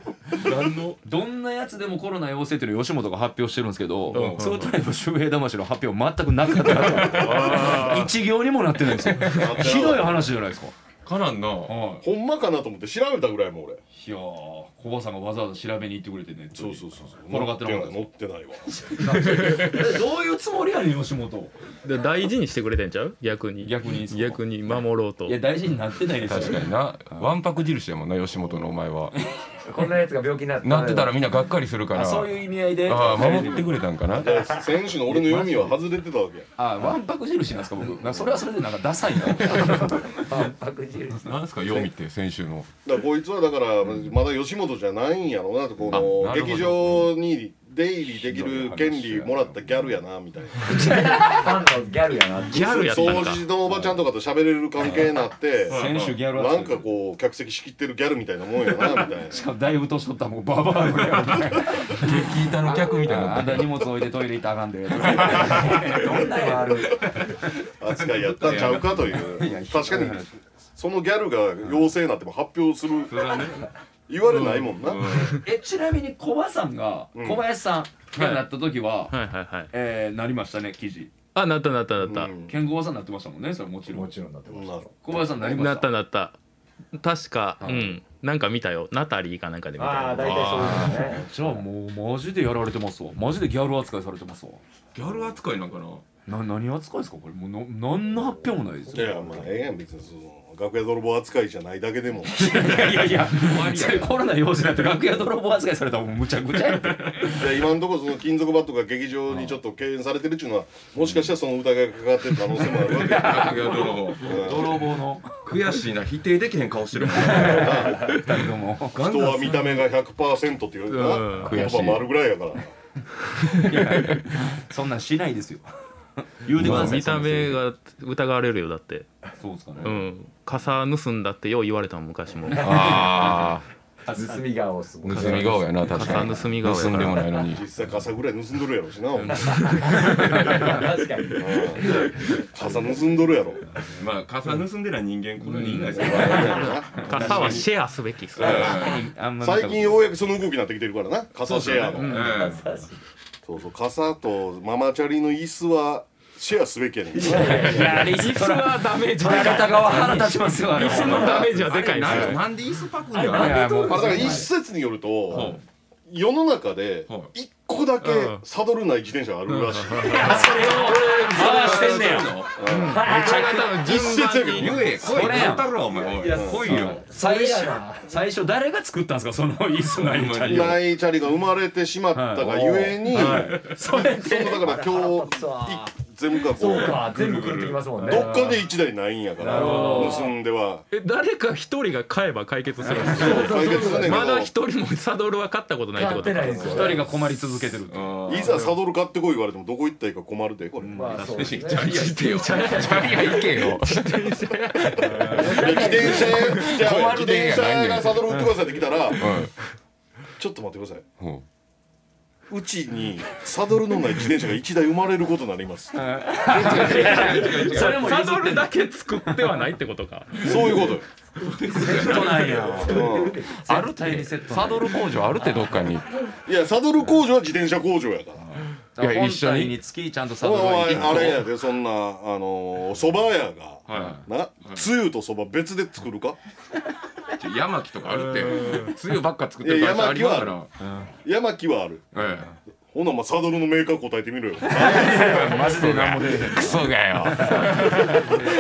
[SPEAKER 4] どんなやつでもコロナ陽性というのを吉本が発表してるんですけど、そのタイプ周平魂の発表全くなかったなと一行にもなってないんですよひどい話じゃないですか
[SPEAKER 5] かなんな
[SPEAKER 2] ほんまかなと思って調べたぐらいも俺
[SPEAKER 4] いやー小技さんがわざわざ調べに行ってくれてね
[SPEAKER 2] そうそうそうそう
[SPEAKER 4] 転がってなかった
[SPEAKER 2] 載ってないわ <laughs>
[SPEAKER 4] どういうつもりやねん吉本
[SPEAKER 6] で大事にしてくれてんちゃう逆に
[SPEAKER 4] 逆にそう
[SPEAKER 6] 逆に守ろうと
[SPEAKER 4] いや大事になってないですよ
[SPEAKER 5] 確かになわんぱく印やもんな吉本のお前は
[SPEAKER 3] こんなやつが病気になった
[SPEAKER 5] なってたらみんながっかりするから
[SPEAKER 4] あそういう意味合いで
[SPEAKER 5] ああ守ってくれたんかな
[SPEAKER 2] だから選手の俺の読みは外れてたわけや
[SPEAKER 4] あわんぱく印なんですか僕なんかそれはそれでなんかダサいな
[SPEAKER 3] 白印
[SPEAKER 5] なんですか読
[SPEAKER 4] <laughs>
[SPEAKER 5] みって先週の
[SPEAKER 2] <laughs> だからこいつはだからまだ吉本じゃないんやろうなとこ
[SPEAKER 5] あ
[SPEAKER 2] の
[SPEAKER 5] なるほど
[SPEAKER 2] 劇場に出入りできる権利もらったギャルやなみたいな
[SPEAKER 3] ファンのギャルやなって
[SPEAKER 6] ギャルやったん
[SPEAKER 2] 掃
[SPEAKER 6] か
[SPEAKER 2] 除のおばちゃんとかと喋れる関係にな <laughs> って
[SPEAKER 4] 選手ギャル
[SPEAKER 2] な
[SPEAKER 4] 扱
[SPEAKER 2] ん
[SPEAKER 4] い
[SPEAKER 2] かこう客席仕切ってるギャルみたいなもんやなみたい <laughs> な
[SPEAKER 4] しかもだいぶ年取ったらもうババアのや
[SPEAKER 5] 聞いたの客みたいな
[SPEAKER 4] あんな荷物置いてトイレ行ったらあかんでとか
[SPEAKER 3] どんなやる
[SPEAKER 2] 扱いやったんちゃうかという確かにそのギャルが陽性になっても発表する言われないもんな
[SPEAKER 4] えちなみに小林さんが
[SPEAKER 2] うん
[SPEAKER 4] 小林さんがなった時は、
[SPEAKER 6] はいはいはい
[SPEAKER 4] えーなりましたね記事
[SPEAKER 6] あなったなったなっ
[SPEAKER 2] う
[SPEAKER 6] た、
[SPEAKER 2] ん
[SPEAKER 4] 健康さんになってましたもんねそれもちろん
[SPEAKER 3] もちろんなってま
[SPEAKER 2] なる
[SPEAKER 4] 小林さんなりま
[SPEAKER 6] な
[SPEAKER 4] し
[SPEAKER 6] ったたなった確か、うんなんか見たよナタリーかなんかで見たよ
[SPEAKER 3] ああ大体そうですよね
[SPEAKER 4] じゃあもうマジでやられてますわマジでギャル扱いされてますわ
[SPEAKER 5] ギャル扱いなんかな
[SPEAKER 4] な何扱いですかこれもうな何の発表もないです
[SPEAKER 2] いやまあええやん別にその楽屋泥棒扱いじゃないだけでも <laughs>
[SPEAKER 4] いやいやいやそれコロナ用事になって楽屋泥棒扱いされたらもうむちゃくちゃやって
[SPEAKER 2] で今のところその金属バットが劇場にちょっと敬遠されてるっていうのはもしかしたらその疑いがかかってる可能性もあるわけやか
[SPEAKER 4] 泥棒の
[SPEAKER 5] 悔しいな否定できへん顔してる
[SPEAKER 2] ら
[SPEAKER 4] 二人とも
[SPEAKER 2] 人は見た目が100%って言わ
[SPEAKER 6] うん
[SPEAKER 2] れてな言葉もあるぐらいやから
[SPEAKER 4] そんなんしないですよ言うてく
[SPEAKER 6] まあ
[SPEAKER 4] ださい
[SPEAKER 6] 見た目が疑われるよだって
[SPEAKER 4] そうですかね、
[SPEAKER 6] うん傘盗んだってよう言われたもん昔 <laughs> も
[SPEAKER 5] あ
[SPEAKER 3] 盗み顔をすご
[SPEAKER 5] あ
[SPEAKER 3] い
[SPEAKER 5] 盗み顔やな確かに
[SPEAKER 6] 傘盗み顔や
[SPEAKER 5] 盗んでもないのに
[SPEAKER 2] 実際傘ぐらい盗んどるやろしなお前
[SPEAKER 3] 確かに
[SPEAKER 2] 傘盗んどるやろ
[SPEAKER 7] まあ傘盗んでない人間このにいないですよ、
[SPEAKER 6] 傘はシェアすべきっすね
[SPEAKER 4] あんまなんか
[SPEAKER 2] 最近ようやくその動きになってきてるからな傘シェアのそうそう傘とママチャリの椅子はシェアすべきやねんけどない
[SPEAKER 6] やあれ椅子はダメージでかい
[SPEAKER 4] 片側腹立ちますよあれ
[SPEAKER 6] そのダメージはでかいです
[SPEAKER 7] な
[SPEAKER 6] よ
[SPEAKER 7] なんで椅子パクんだよ
[SPEAKER 4] いやもう
[SPEAKER 2] あだから一説によると世の中で一個だけサドルない自転車があるらしい
[SPEAKER 4] 回してんねや
[SPEAKER 2] 一説やけど
[SPEAKER 7] 言え来いやったろお前おい来いよ
[SPEAKER 4] 最初最初誰が作ったんですかその椅子なりチャリを
[SPEAKER 2] ないチャリが生まれてしまったがゆえに、
[SPEAKER 4] それ
[SPEAKER 2] そのだから今日い全部がこ
[SPEAKER 3] そううか全部狂ってきますもんね
[SPEAKER 2] どっかで1台ないんやから盗んでは
[SPEAKER 6] え誰か一人が買えば解決するんですよ
[SPEAKER 2] 解決すんねんけど
[SPEAKER 6] まだ一人もサドルは買ったことないって
[SPEAKER 3] 買っ
[SPEAKER 6] こと
[SPEAKER 3] てないで
[SPEAKER 6] か
[SPEAKER 3] すよ
[SPEAKER 4] 一人が困り続けてると
[SPEAKER 2] いざサドル買ってこい言われてもどこ行ったらいいか困るでこれ、
[SPEAKER 3] まあそうですね
[SPEAKER 5] してよチャリはいけよ
[SPEAKER 2] 自転車じゃあ
[SPEAKER 5] 困
[SPEAKER 2] 自
[SPEAKER 5] るで
[SPEAKER 2] 転
[SPEAKER 5] やな
[SPEAKER 2] 車
[SPEAKER 5] いねん
[SPEAKER 2] がサドル売ってくださいって来たら、ちょっと待ってください
[SPEAKER 5] うん
[SPEAKER 2] うちにサドルのない自転車が1台生まれることになります
[SPEAKER 4] それも
[SPEAKER 6] サドルだけ作ってはないってことか
[SPEAKER 2] そういうことよ
[SPEAKER 4] セットなんや
[SPEAKER 2] うん
[SPEAKER 5] あ
[SPEAKER 4] <laughs>
[SPEAKER 5] るっ
[SPEAKER 4] 絶対にセ
[SPEAKER 5] て
[SPEAKER 4] ットなん
[SPEAKER 5] サ
[SPEAKER 4] や
[SPEAKER 5] ドル工場あるってどっかに
[SPEAKER 2] いやサドル工場は自転車工場やから
[SPEAKER 5] いや
[SPEAKER 4] 本
[SPEAKER 5] 一緒に
[SPEAKER 4] 体につきちゃんとサ
[SPEAKER 2] お
[SPEAKER 4] ブ
[SPEAKER 2] い
[SPEAKER 4] が
[SPEAKER 2] お
[SPEAKER 4] い
[SPEAKER 2] い
[SPEAKER 4] て
[SPEAKER 2] あれやでそんなあのー、蕎麦屋が、
[SPEAKER 7] は
[SPEAKER 2] なつゆと蕎麦別で作るか
[SPEAKER 5] ちょ山木とかあるってつゆばっか作って
[SPEAKER 2] い
[SPEAKER 5] る
[SPEAKER 2] や
[SPEAKER 5] 会社ありますから
[SPEAKER 2] 山山木はある
[SPEAKER 5] え
[SPEAKER 2] ほんならまあサドルのメーカー答えてみろよ
[SPEAKER 5] えマジで何も出てクソがよ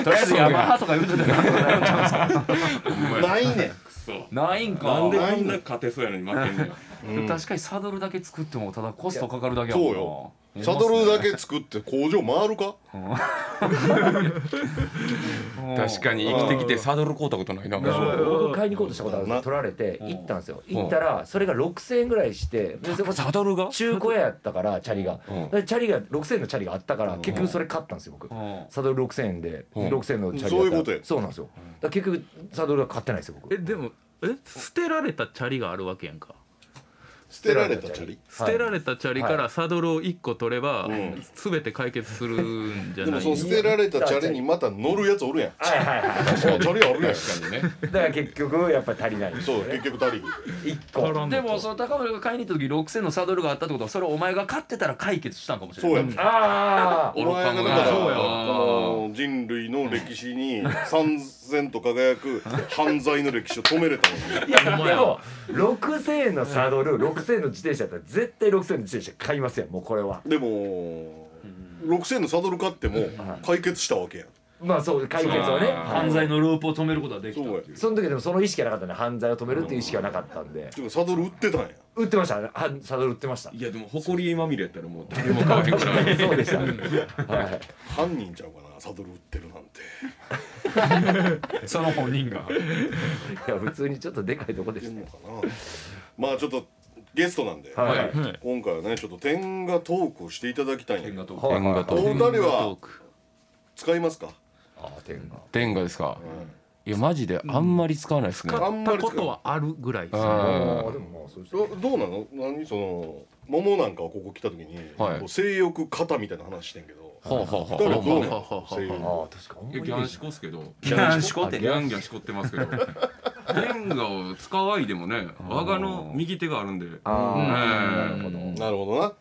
[SPEAKER 4] とりあえずヤマハとか言うてたら
[SPEAKER 2] ないねん
[SPEAKER 4] ないんか
[SPEAKER 7] なんでこんな勝てそうやのに負けんねん
[SPEAKER 4] 確かにサドルだけ作ってもただコストかかるだけや
[SPEAKER 2] そ
[SPEAKER 4] もん
[SPEAKER 2] う
[SPEAKER 4] な
[SPEAKER 2] よサドルだけ作って工場回るか
[SPEAKER 5] 確かに生きてきてサドル買うたことないな
[SPEAKER 3] 僕買いに行こうとしたことあるんで
[SPEAKER 2] う
[SPEAKER 3] すよ
[SPEAKER 2] ん
[SPEAKER 3] 取られて行ったんですよ行ったらそれが6000円ぐらいしてでそこ
[SPEAKER 5] サドルが
[SPEAKER 3] 中古屋やったからチャリが
[SPEAKER 5] うん
[SPEAKER 3] でチャリが6000円のチャリがあったから結局それ買ったんですよ僕
[SPEAKER 4] うん
[SPEAKER 3] サドル6000円で
[SPEAKER 5] うん
[SPEAKER 3] 6000円のチャリや
[SPEAKER 2] そ
[SPEAKER 3] ったら
[SPEAKER 2] ういうことや
[SPEAKER 3] そうなんですよだから結局サドルは買ってないですよ僕
[SPEAKER 6] えでもえ捨てられたチャリがあるわけやんか
[SPEAKER 2] 捨てられたチャリ
[SPEAKER 6] 捨てられたチャリか
[SPEAKER 3] は
[SPEAKER 6] らサドルを1個取れば、
[SPEAKER 2] ん
[SPEAKER 6] 全て解決するんじゃ
[SPEAKER 2] で
[SPEAKER 6] な
[SPEAKER 2] も
[SPEAKER 6] い
[SPEAKER 2] その捨てられたチャリにまた乗るやつおるやん
[SPEAKER 3] はいはいはい
[SPEAKER 2] チャリあるやん
[SPEAKER 5] 確かにね <laughs>
[SPEAKER 3] だから結局やっぱり足りないんです
[SPEAKER 2] そ
[SPEAKER 3] よ
[SPEAKER 2] う
[SPEAKER 3] ね
[SPEAKER 2] 結局足りひん
[SPEAKER 3] 1
[SPEAKER 6] 足
[SPEAKER 3] 個
[SPEAKER 6] らん
[SPEAKER 4] で
[SPEAKER 6] の
[SPEAKER 4] もそ
[SPEAKER 6] か
[SPEAKER 4] の高村が買いに行った時6000のサドルがあったってことはそれをお前が買ってたら解決したんかもしれ
[SPEAKER 2] そう
[SPEAKER 4] な
[SPEAKER 2] や
[SPEAKER 4] い
[SPEAKER 2] ん
[SPEAKER 3] ああ
[SPEAKER 2] お前がだから
[SPEAKER 5] 愚か者
[SPEAKER 2] こ
[SPEAKER 5] や
[SPEAKER 2] の人類の歴史に三千と輝く犯罪の歴史を止めれたの
[SPEAKER 3] いやでも6000円のサドル6000円の自転車だったら絶対6000円の自転車買いますやんもうこれは
[SPEAKER 2] でも6000のサドル買っても解決したわけやん
[SPEAKER 3] まあそう解決はね
[SPEAKER 5] そう
[SPEAKER 4] 犯罪のループを止めることはでき
[SPEAKER 2] そ
[SPEAKER 4] た
[SPEAKER 2] うや
[SPEAKER 3] その時でもその意識はなかったね犯罪を止めるっていう意識はなかったんで
[SPEAKER 2] でもサドル売ってたんや
[SPEAKER 3] 売ってましたはサドル売ってました
[SPEAKER 7] いやでも埃まみれやったらもう誰も
[SPEAKER 5] もう買わへんから
[SPEAKER 3] そうでしたはい
[SPEAKER 2] 犯人ちゃうかなサドル売ってるなんて
[SPEAKER 4] その本人が
[SPEAKER 3] いや普通にちょっとでかいとこで
[SPEAKER 2] 言
[SPEAKER 3] し
[SPEAKER 2] って
[SPEAKER 3] た
[SPEAKER 2] んの
[SPEAKER 3] よ
[SPEAKER 2] かなまあちょっとゲストなんで
[SPEAKER 3] はいはい
[SPEAKER 2] 今回はねちょっと点がトークをしていただきたいんやけど
[SPEAKER 3] はい
[SPEAKER 5] 天下
[SPEAKER 2] お
[SPEAKER 5] と
[SPEAKER 2] 二人は使いますか
[SPEAKER 3] ああ天が
[SPEAKER 5] 天下ですかいやマジであんまり使わないですね
[SPEAKER 2] あ
[SPEAKER 6] あ
[SPEAKER 2] ん
[SPEAKER 6] ん
[SPEAKER 2] ま
[SPEAKER 6] ま
[SPEAKER 2] り
[SPEAKER 6] り
[SPEAKER 2] 使う
[SPEAKER 6] ことはあるぐらいです、ね、
[SPEAKER 5] うん
[SPEAKER 3] ああでもまあそうです
[SPEAKER 2] どどうなの何その桃なんかはここ来た時に、
[SPEAKER 5] はい
[SPEAKER 2] こう性欲肩みたいな話してんけど
[SPEAKER 5] はあはあ
[SPEAKER 2] 二人はどうな
[SPEAKER 6] はあは
[SPEAKER 2] の
[SPEAKER 6] あはあ
[SPEAKER 2] 性欲
[SPEAKER 3] ああ確かあんま
[SPEAKER 7] ギ
[SPEAKER 3] りイメ
[SPEAKER 7] ャ
[SPEAKER 3] ー
[SPEAKER 7] ン
[SPEAKER 3] ジ
[SPEAKER 7] しこすけど
[SPEAKER 4] ギャンシコって
[SPEAKER 7] ギャンギャンしこってますけど天下を使わいでもね我がの右手があるんで
[SPEAKER 3] ああな
[SPEAKER 5] うん
[SPEAKER 3] るほど
[SPEAKER 2] なるほどな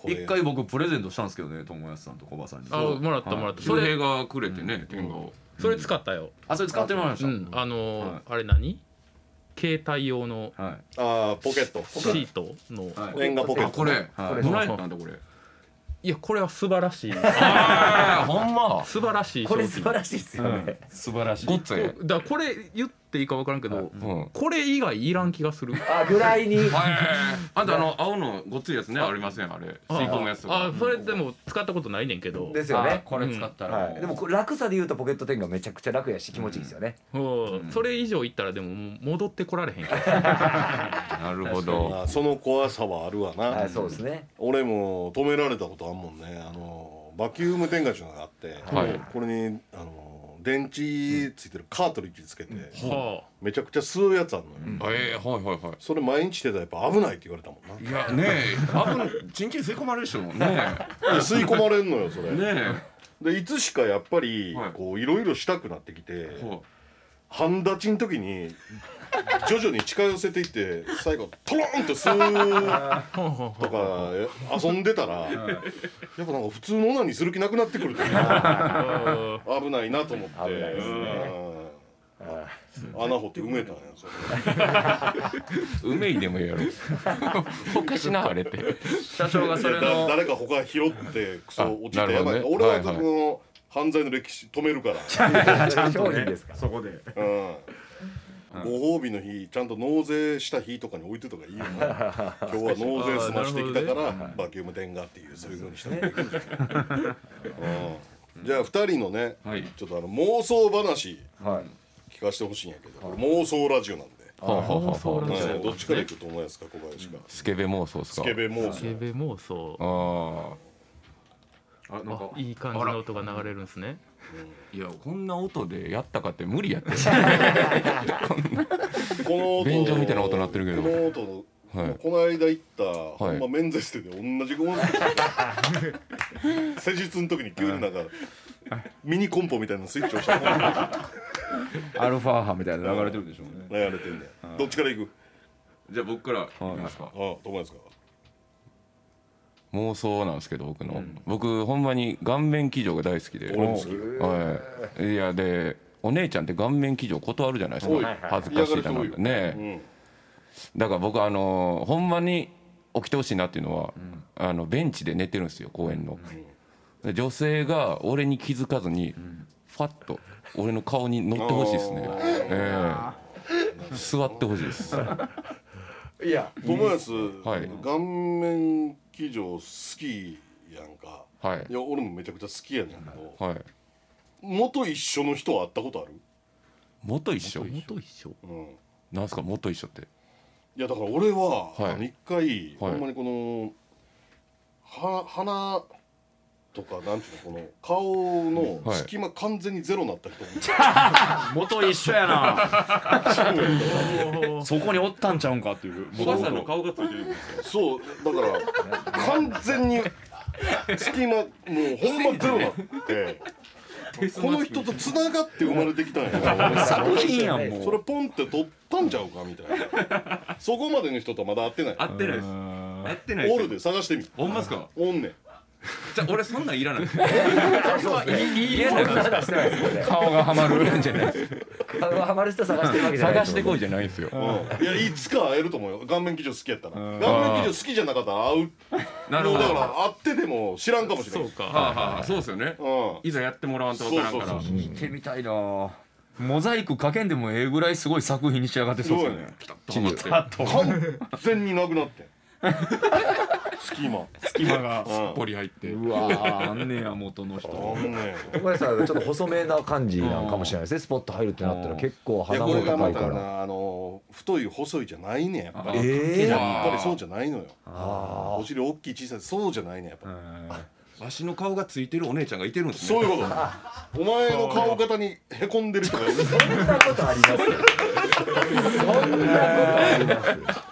[SPEAKER 2] これ
[SPEAKER 4] 一回僕プレゼントしたんですけどね友達さんと小林さんに
[SPEAKER 6] あもらったもらった、そ
[SPEAKER 5] そ
[SPEAKER 6] れ
[SPEAKER 5] れがくれてね天下を
[SPEAKER 6] それ使ったよ、
[SPEAKER 4] あそれ使ってもらいまし
[SPEAKER 6] う
[SPEAKER 4] た、
[SPEAKER 6] ん、あのー
[SPEAKER 4] はい
[SPEAKER 6] あれ何携帯用の
[SPEAKER 4] はい
[SPEAKER 2] あーポケット
[SPEAKER 6] シートの、
[SPEAKER 4] はい
[SPEAKER 2] レンガポケ
[SPEAKER 5] あ
[SPEAKER 2] ット
[SPEAKER 5] これ
[SPEAKER 4] はい
[SPEAKER 5] どないやったんだこれ
[SPEAKER 6] いやこれは素晴らしい
[SPEAKER 5] ああほんま
[SPEAKER 6] 素晴らしい
[SPEAKER 3] こ
[SPEAKER 6] 商
[SPEAKER 3] れ
[SPEAKER 6] 品
[SPEAKER 3] 素晴らしいですよね
[SPEAKER 4] 素晴らしい
[SPEAKER 5] ごっつえ
[SPEAKER 6] だからこれ言っていいか分からんけど、
[SPEAKER 5] うん
[SPEAKER 6] これ以外いらん気がする
[SPEAKER 3] あぐらいに
[SPEAKER 5] はい
[SPEAKER 7] あとあの青のごっついやつねありませんあれ吸い込むやつと
[SPEAKER 6] あ
[SPEAKER 7] か
[SPEAKER 6] それでも使ったことないねんけど
[SPEAKER 3] ですよね
[SPEAKER 4] これ使ったら
[SPEAKER 3] はいでもこれ楽さで言うとポケット天がめちゃくちゃ楽やし気持ちいいですよね
[SPEAKER 6] うんそれ以上行ったらでももう戻ってこられへんから
[SPEAKER 5] なるほど
[SPEAKER 2] あーその怖さはあるわな、
[SPEAKER 3] はいそうですね
[SPEAKER 2] 俺も止められたことあんもんねあのバキューム電ガジュがあって、
[SPEAKER 5] はい
[SPEAKER 2] これにあの電池ついてるカートリッジつけて、
[SPEAKER 6] は
[SPEAKER 2] めちゃくちゃ吸うやつあんのよ、
[SPEAKER 5] ええはいはいはい
[SPEAKER 2] それ毎日してたらやっぱ危ないって言われたもんない
[SPEAKER 5] やねえ多分チンチン吸い込まれるでし <laughs> ょね
[SPEAKER 2] 吸い込まれんのよそれ
[SPEAKER 5] えね
[SPEAKER 2] でいつしかやっぱり
[SPEAKER 7] はい
[SPEAKER 2] こういろいろしたくなってきて
[SPEAKER 5] えほ
[SPEAKER 2] 半立ちの時
[SPEAKER 5] <laughs>
[SPEAKER 2] に徐々に近寄せていって最後トロンって吸う
[SPEAKER 6] あはあはあ
[SPEAKER 2] とか遊んでたらやっぱなんか普通のオナにする気なくなってくるというか危ないなと思って
[SPEAKER 3] 危ないですね
[SPEAKER 2] うん穴掘って埋めたんやそれ
[SPEAKER 5] ううめいでもいいやろおかしなあれって
[SPEAKER 4] 社長がそれ
[SPEAKER 2] だ
[SPEAKER 4] の
[SPEAKER 2] 誰か他拾ってクソ
[SPEAKER 5] あ
[SPEAKER 2] 落ちて
[SPEAKER 5] なる
[SPEAKER 2] や
[SPEAKER 5] ほど
[SPEAKER 2] ばい
[SPEAKER 5] ね
[SPEAKER 2] 俺は
[SPEAKER 5] はい
[SPEAKER 2] こ
[SPEAKER 5] はい
[SPEAKER 2] の犯罪の歴史止めるから
[SPEAKER 3] 商品ですか
[SPEAKER 8] そこで
[SPEAKER 2] うん、ご褒美の日ちゃんと納税した日とかに置いてとかいいよ <laughs> な今日は納税済ましてきたから、バキューム電がっていうそういうふうにしたらいいかもしれない、うん、じゃあ2人のね、
[SPEAKER 5] はい
[SPEAKER 2] ちょっとあの妄想話
[SPEAKER 3] はい
[SPEAKER 2] 聞かせてほしいんやけど、これ妄想ラジオなんで、
[SPEAKER 5] ほうほうほうほう
[SPEAKER 2] うんどっちからいくと思いますか小林が、
[SPEAKER 5] スケベ妄想っすか
[SPEAKER 2] スケベ妄
[SPEAKER 6] スケ
[SPEAKER 2] 想
[SPEAKER 6] ベ妄想
[SPEAKER 7] あ
[SPEAKER 5] ああ
[SPEAKER 7] なんか
[SPEAKER 6] あいい感じの音が流れるんですね
[SPEAKER 5] いやこんな音でやったかって無理 <laughs> やって
[SPEAKER 2] この
[SPEAKER 5] 便所みたいな音鳴ってるけど
[SPEAKER 2] この音
[SPEAKER 5] はい
[SPEAKER 2] この間行った、ほ
[SPEAKER 5] い
[SPEAKER 2] んま免税してで同じごもの施術の時に急になんかミニコンポみたいなスイッチをした
[SPEAKER 4] アルファ波みたいな流れてるでしょうね
[SPEAKER 2] やれてんねんどっちから行く
[SPEAKER 7] じゃあ僕からいきますか
[SPEAKER 2] ああ友達か
[SPEAKER 5] 妄想なんですけど僕の、僕ほんまに顔面騎乗が大好きではいいやでお姉ちゃんって顔面騎乗断るじゃないです
[SPEAKER 2] おい
[SPEAKER 5] か恥ずかしいだなんてねえだから僕あのほんまに起きてほしいなっていうのは、あのベンチで寝てるんですよ公園の、で女性が俺に気づかずに、ファッと俺の顔に乗ってほしいですね、ええ座ってほしいです
[SPEAKER 3] いや
[SPEAKER 2] 友康、
[SPEAKER 5] はい
[SPEAKER 2] 顔面騎乗好きやんか
[SPEAKER 5] はい
[SPEAKER 2] いや俺もめちゃくちゃ好きやねんけど
[SPEAKER 5] はい
[SPEAKER 2] 元一緒の人は会ったことある
[SPEAKER 5] 元一緒
[SPEAKER 6] 元一緒
[SPEAKER 2] うん
[SPEAKER 5] なんですか元一緒って
[SPEAKER 2] いやだから俺は
[SPEAKER 5] はい
[SPEAKER 2] あの一回
[SPEAKER 5] はい
[SPEAKER 2] ほんまにこのは鼻とかなんていうのこの顔の
[SPEAKER 5] はい
[SPEAKER 2] 隙間完全にゼロになった人
[SPEAKER 4] 元一緒や
[SPEAKER 3] <laughs>
[SPEAKER 4] なそこにおったんちゃうんかっていう
[SPEAKER 7] おばさんの顔がついてる
[SPEAKER 2] そうだから完全に隙間もうほんまゼロになってこの人と繋がって生まれてきたんや
[SPEAKER 4] 作品やんもう
[SPEAKER 2] それポンって取ったんちゃうかみたいなそこまでの人とはまだ会ってない
[SPEAKER 7] 合ってないです合ってない
[SPEAKER 2] オール
[SPEAKER 7] で
[SPEAKER 2] で探してみ
[SPEAKER 7] すほんまっすか
[SPEAKER 2] おんねん
[SPEAKER 7] じゃあ俺そんなんいらないです
[SPEAKER 5] 嫌な
[SPEAKER 3] 探してないですよね
[SPEAKER 5] 顔がハマるんじゃない
[SPEAKER 3] 顔がハマる人探してるわけじゃない
[SPEAKER 5] 探してこいじゃないんですよ
[SPEAKER 2] うんいやいつか会えると思うよ顔面騎乗好きやったら顔面騎乗好きじゃなかったら会う
[SPEAKER 7] なる
[SPEAKER 2] の
[SPEAKER 7] ほど
[SPEAKER 2] だ
[SPEAKER 7] は
[SPEAKER 2] から会ってても知らんかもしれ
[SPEAKER 6] そ
[SPEAKER 2] な
[SPEAKER 6] う
[SPEAKER 2] い
[SPEAKER 7] あ
[SPEAKER 6] か
[SPEAKER 7] はあはあそうですよね
[SPEAKER 2] うん
[SPEAKER 7] いざやってもらわんとわからんから
[SPEAKER 2] そうそう
[SPEAKER 4] 見てみたいなモザイクかけんでもええぐらいすごい作品に仕上がってそうですよね
[SPEAKER 7] ピタッと思って
[SPEAKER 2] 完全になくなってん <laughs> 隙間
[SPEAKER 4] 隙間が
[SPEAKER 2] うん
[SPEAKER 7] ポリ入って
[SPEAKER 4] うわーあんねや元の人
[SPEAKER 2] あんねん
[SPEAKER 3] ごめんなさいちょっと細めな感じなんかもしれないですねスポット入るってなったら結構
[SPEAKER 2] いや
[SPEAKER 3] 鼻
[SPEAKER 2] こ
[SPEAKER 3] も
[SPEAKER 2] れが
[SPEAKER 3] 高
[SPEAKER 2] ま
[SPEAKER 3] いか
[SPEAKER 2] た
[SPEAKER 3] ら
[SPEAKER 2] なあの太い細いじゃないねんやっぱり
[SPEAKER 3] ええ
[SPEAKER 2] やっぱりそうじゃないのよ
[SPEAKER 3] あ
[SPEAKER 2] お尻大きい小さいそうじゃないねんやっぱ
[SPEAKER 7] わしの顔がついてるお姉ちゃんがいてるんです
[SPEAKER 2] そう
[SPEAKER 7] ね
[SPEAKER 2] いうこと
[SPEAKER 3] <laughs>
[SPEAKER 2] お前の顔型にへこんでる人がいる
[SPEAKER 3] そんなことありますそんなことあります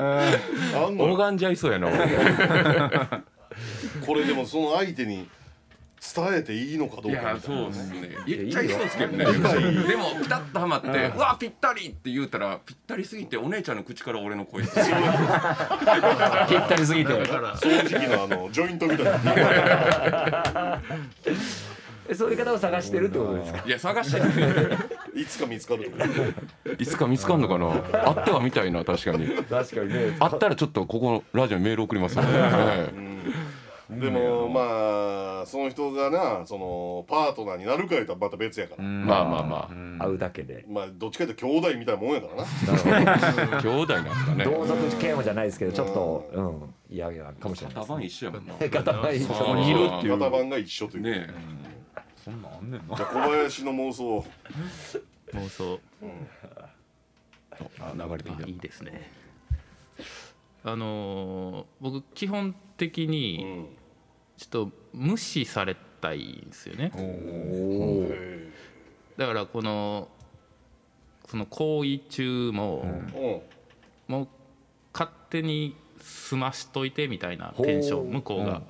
[SPEAKER 2] あんのよ
[SPEAKER 5] 拝んじゃいそうやな
[SPEAKER 2] これでもその相手に伝えていいのかど
[SPEAKER 7] い
[SPEAKER 2] うかみたい
[SPEAKER 7] や
[SPEAKER 2] な
[SPEAKER 7] そうですね言っちゃいそうですけどねでもピタッとはまって「うわぴったり!」って言うたらぴったりすぎてお姉ちゃんの口から俺の <laughs> 声です
[SPEAKER 4] ぴったりすぎて
[SPEAKER 6] だから
[SPEAKER 2] 掃除機のあのジョイントみたいな
[SPEAKER 3] えそういう方を探してるってことですか
[SPEAKER 7] いや探してる
[SPEAKER 2] いつか見つかると思う
[SPEAKER 5] いつか見つかんのかなあってはみたいな確かに
[SPEAKER 3] 確かにね
[SPEAKER 5] あったらちょっとここのラジオにメール送りますよ、ね
[SPEAKER 2] でもまあその人がなそのパートナーになるか言うたらまた別やから、
[SPEAKER 5] まあまあま
[SPEAKER 3] 会うだけで
[SPEAKER 2] まあどっちかというと兄弟みたいなもんやからな
[SPEAKER 5] あ兄弟なんですかね
[SPEAKER 3] 同族嫌悪じゃないですけどちょっとうん嫌なかもしれない
[SPEAKER 7] 片番一緒やもんなね
[SPEAKER 3] 片方に
[SPEAKER 7] こにいるって
[SPEAKER 2] 型番が一緒という、
[SPEAKER 7] え
[SPEAKER 4] そんなんあんねんな
[SPEAKER 2] じゃあ小林の妄想
[SPEAKER 6] 妄想
[SPEAKER 5] 流れてき
[SPEAKER 6] あいいですねあのー僕基本的
[SPEAKER 2] う
[SPEAKER 6] に
[SPEAKER 2] ん
[SPEAKER 6] ちょっと無視されたいんですよね
[SPEAKER 2] え
[SPEAKER 6] だからこのその行為中も、
[SPEAKER 2] ーうん
[SPEAKER 6] もう勝手に済ましといてみたいなテンション向こうが、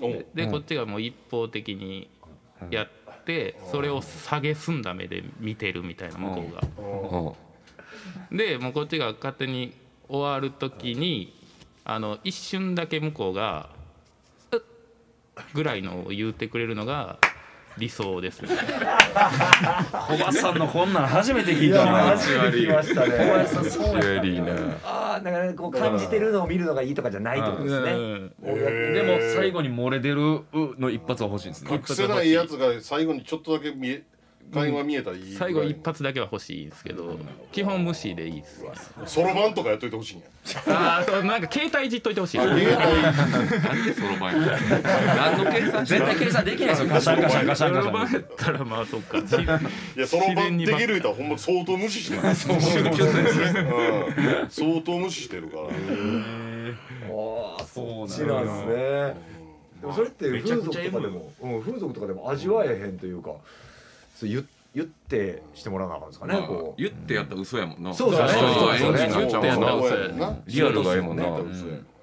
[SPEAKER 2] おう
[SPEAKER 6] でこっちがもう一方的にやって、それを下げすんだ目で見てるみたいな向こうが、
[SPEAKER 5] た、うん
[SPEAKER 6] でもうこっちが勝手に終わる時にあの一瞬だけ向こうが「うっ」ぐらいのを言ってくれるのが理想ですね
[SPEAKER 4] おばさんのこんなん初めて聞いたな
[SPEAKER 3] 来ましたね
[SPEAKER 5] シエリーね
[SPEAKER 3] ああだからこう感じてるのを見るのがいいとかじゃないってことですね
[SPEAKER 4] でも最後に漏れ出るうの一発は欲しいんですね
[SPEAKER 2] 隠せないやつが最後にちょっとだけ見え会話見えたらいいぐらい
[SPEAKER 6] 最後一発だけは欲しいんですけど基本無視でいいですね
[SPEAKER 2] そろばんとかやっといてほしいんや
[SPEAKER 6] ああそうなんか携帯いじっといてほしいです
[SPEAKER 2] 携
[SPEAKER 7] なんでそろばんや何の計算して
[SPEAKER 4] <laughs> 絶
[SPEAKER 7] んの
[SPEAKER 4] 対計算できないですよガシャンガシャンガシャンガシ
[SPEAKER 6] そろばん
[SPEAKER 4] ャ
[SPEAKER 6] や
[SPEAKER 4] ン
[SPEAKER 6] ったらまあそっか
[SPEAKER 2] 帯いやそろばんできる言うたらほんま相当無視してるうん相当無視してるから
[SPEAKER 3] ああ
[SPEAKER 4] そうなんだ
[SPEAKER 3] そうなんですねでもそれって風俗とかでも、うん、風俗とかでも味わえへんというかそう言言ってしてもらわなあかんですかね、
[SPEAKER 7] まあ
[SPEAKER 3] こう
[SPEAKER 7] 言ってやったら嘘やもんな
[SPEAKER 3] そうだね
[SPEAKER 7] そう
[SPEAKER 3] そうだね
[SPEAKER 7] 演技になっちゃうも
[SPEAKER 6] 言っ
[SPEAKER 7] ん
[SPEAKER 6] てや
[SPEAKER 7] な
[SPEAKER 6] った
[SPEAKER 2] そうやんな
[SPEAKER 5] リアルがええもんな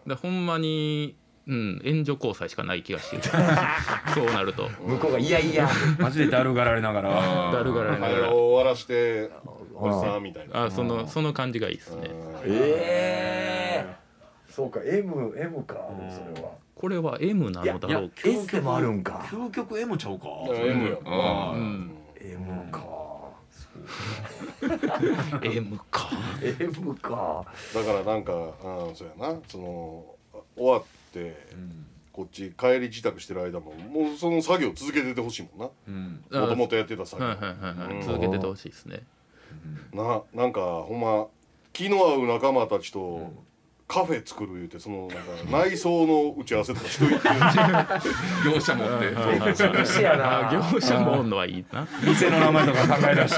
[SPEAKER 6] だほんまにうん援助交際しかない気がしてるそうなると
[SPEAKER 3] 向こうが「いやいや
[SPEAKER 4] マジでだるがられながら
[SPEAKER 6] だるがられ
[SPEAKER 2] あ
[SPEAKER 6] な
[SPEAKER 2] れ
[SPEAKER 6] が
[SPEAKER 2] を終わらしておじさんみたいな
[SPEAKER 6] らあそのその感じがいいですね
[SPEAKER 3] ええそうか M, M かそれは
[SPEAKER 6] これは M なのだろうか
[SPEAKER 3] S でもあるんか
[SPEAKER 4] 究極 M ちゃうか
[SPEAKER 7] M よ
[SPEAKER 6] うん
[SPEAKER 3] M か
[SPEAKER 6] M か
[SPEAKER 3] M か
[SPEAKER 2] だからなんか、うん、そうやなその終わって、こっち帰り自宅してる間ももうその作業続けててほしいもんなもともとやってた作業、
[SPEAKER 6] はいはいはいはい続けててほしいですね
[SPEAKER 2] ななんかほんま気の合う仲間たちとカフェ作る言うてそのなんか内装の打ち合わせとかしとい <laughs> て
[SPEAKER 7] 業者持って
[SPEAKER 3] 美しいやな
[SPEAKER 6] あ業者もおんのはいいな
[SPEAKER 4] 店の名前とか考え出 <laughs> し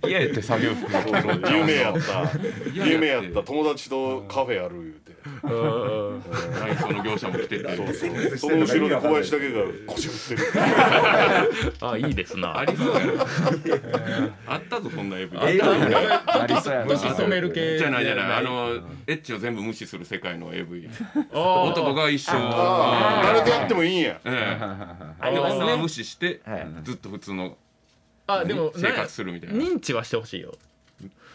[SPEAKER 4] て家って作業服の
[SPEAKER 2] 有名やった有名やった友達とカフェやる言うて
[SPEAKER 7] 内装の業者も来てて
[SPEAKER 2] そうその後ろで小林だけが腰振ってる
[SPEAKER 6] あいいですな
[SPEAKER 7] ありそうやなあったぞそんな AV
[SPEAKER 3] ええありそうやな
[SPEAKER 8] 虫染める系
[SPEAKER 7] じゃないじゃないあ
[SPEAKER 8] い
[SPEAKER 7] のエッチを全部無視する世界の AV 男が一生
[SPEAKER 2] ああ誰とやってもいいんや
[SPEAKER 7] ええで女は無視してずっと普通の
[SPEAKER 8] あでも
[SPEAKER 7] 生活するみたいな
[SPEAKER 6] 認知はしてほしいよ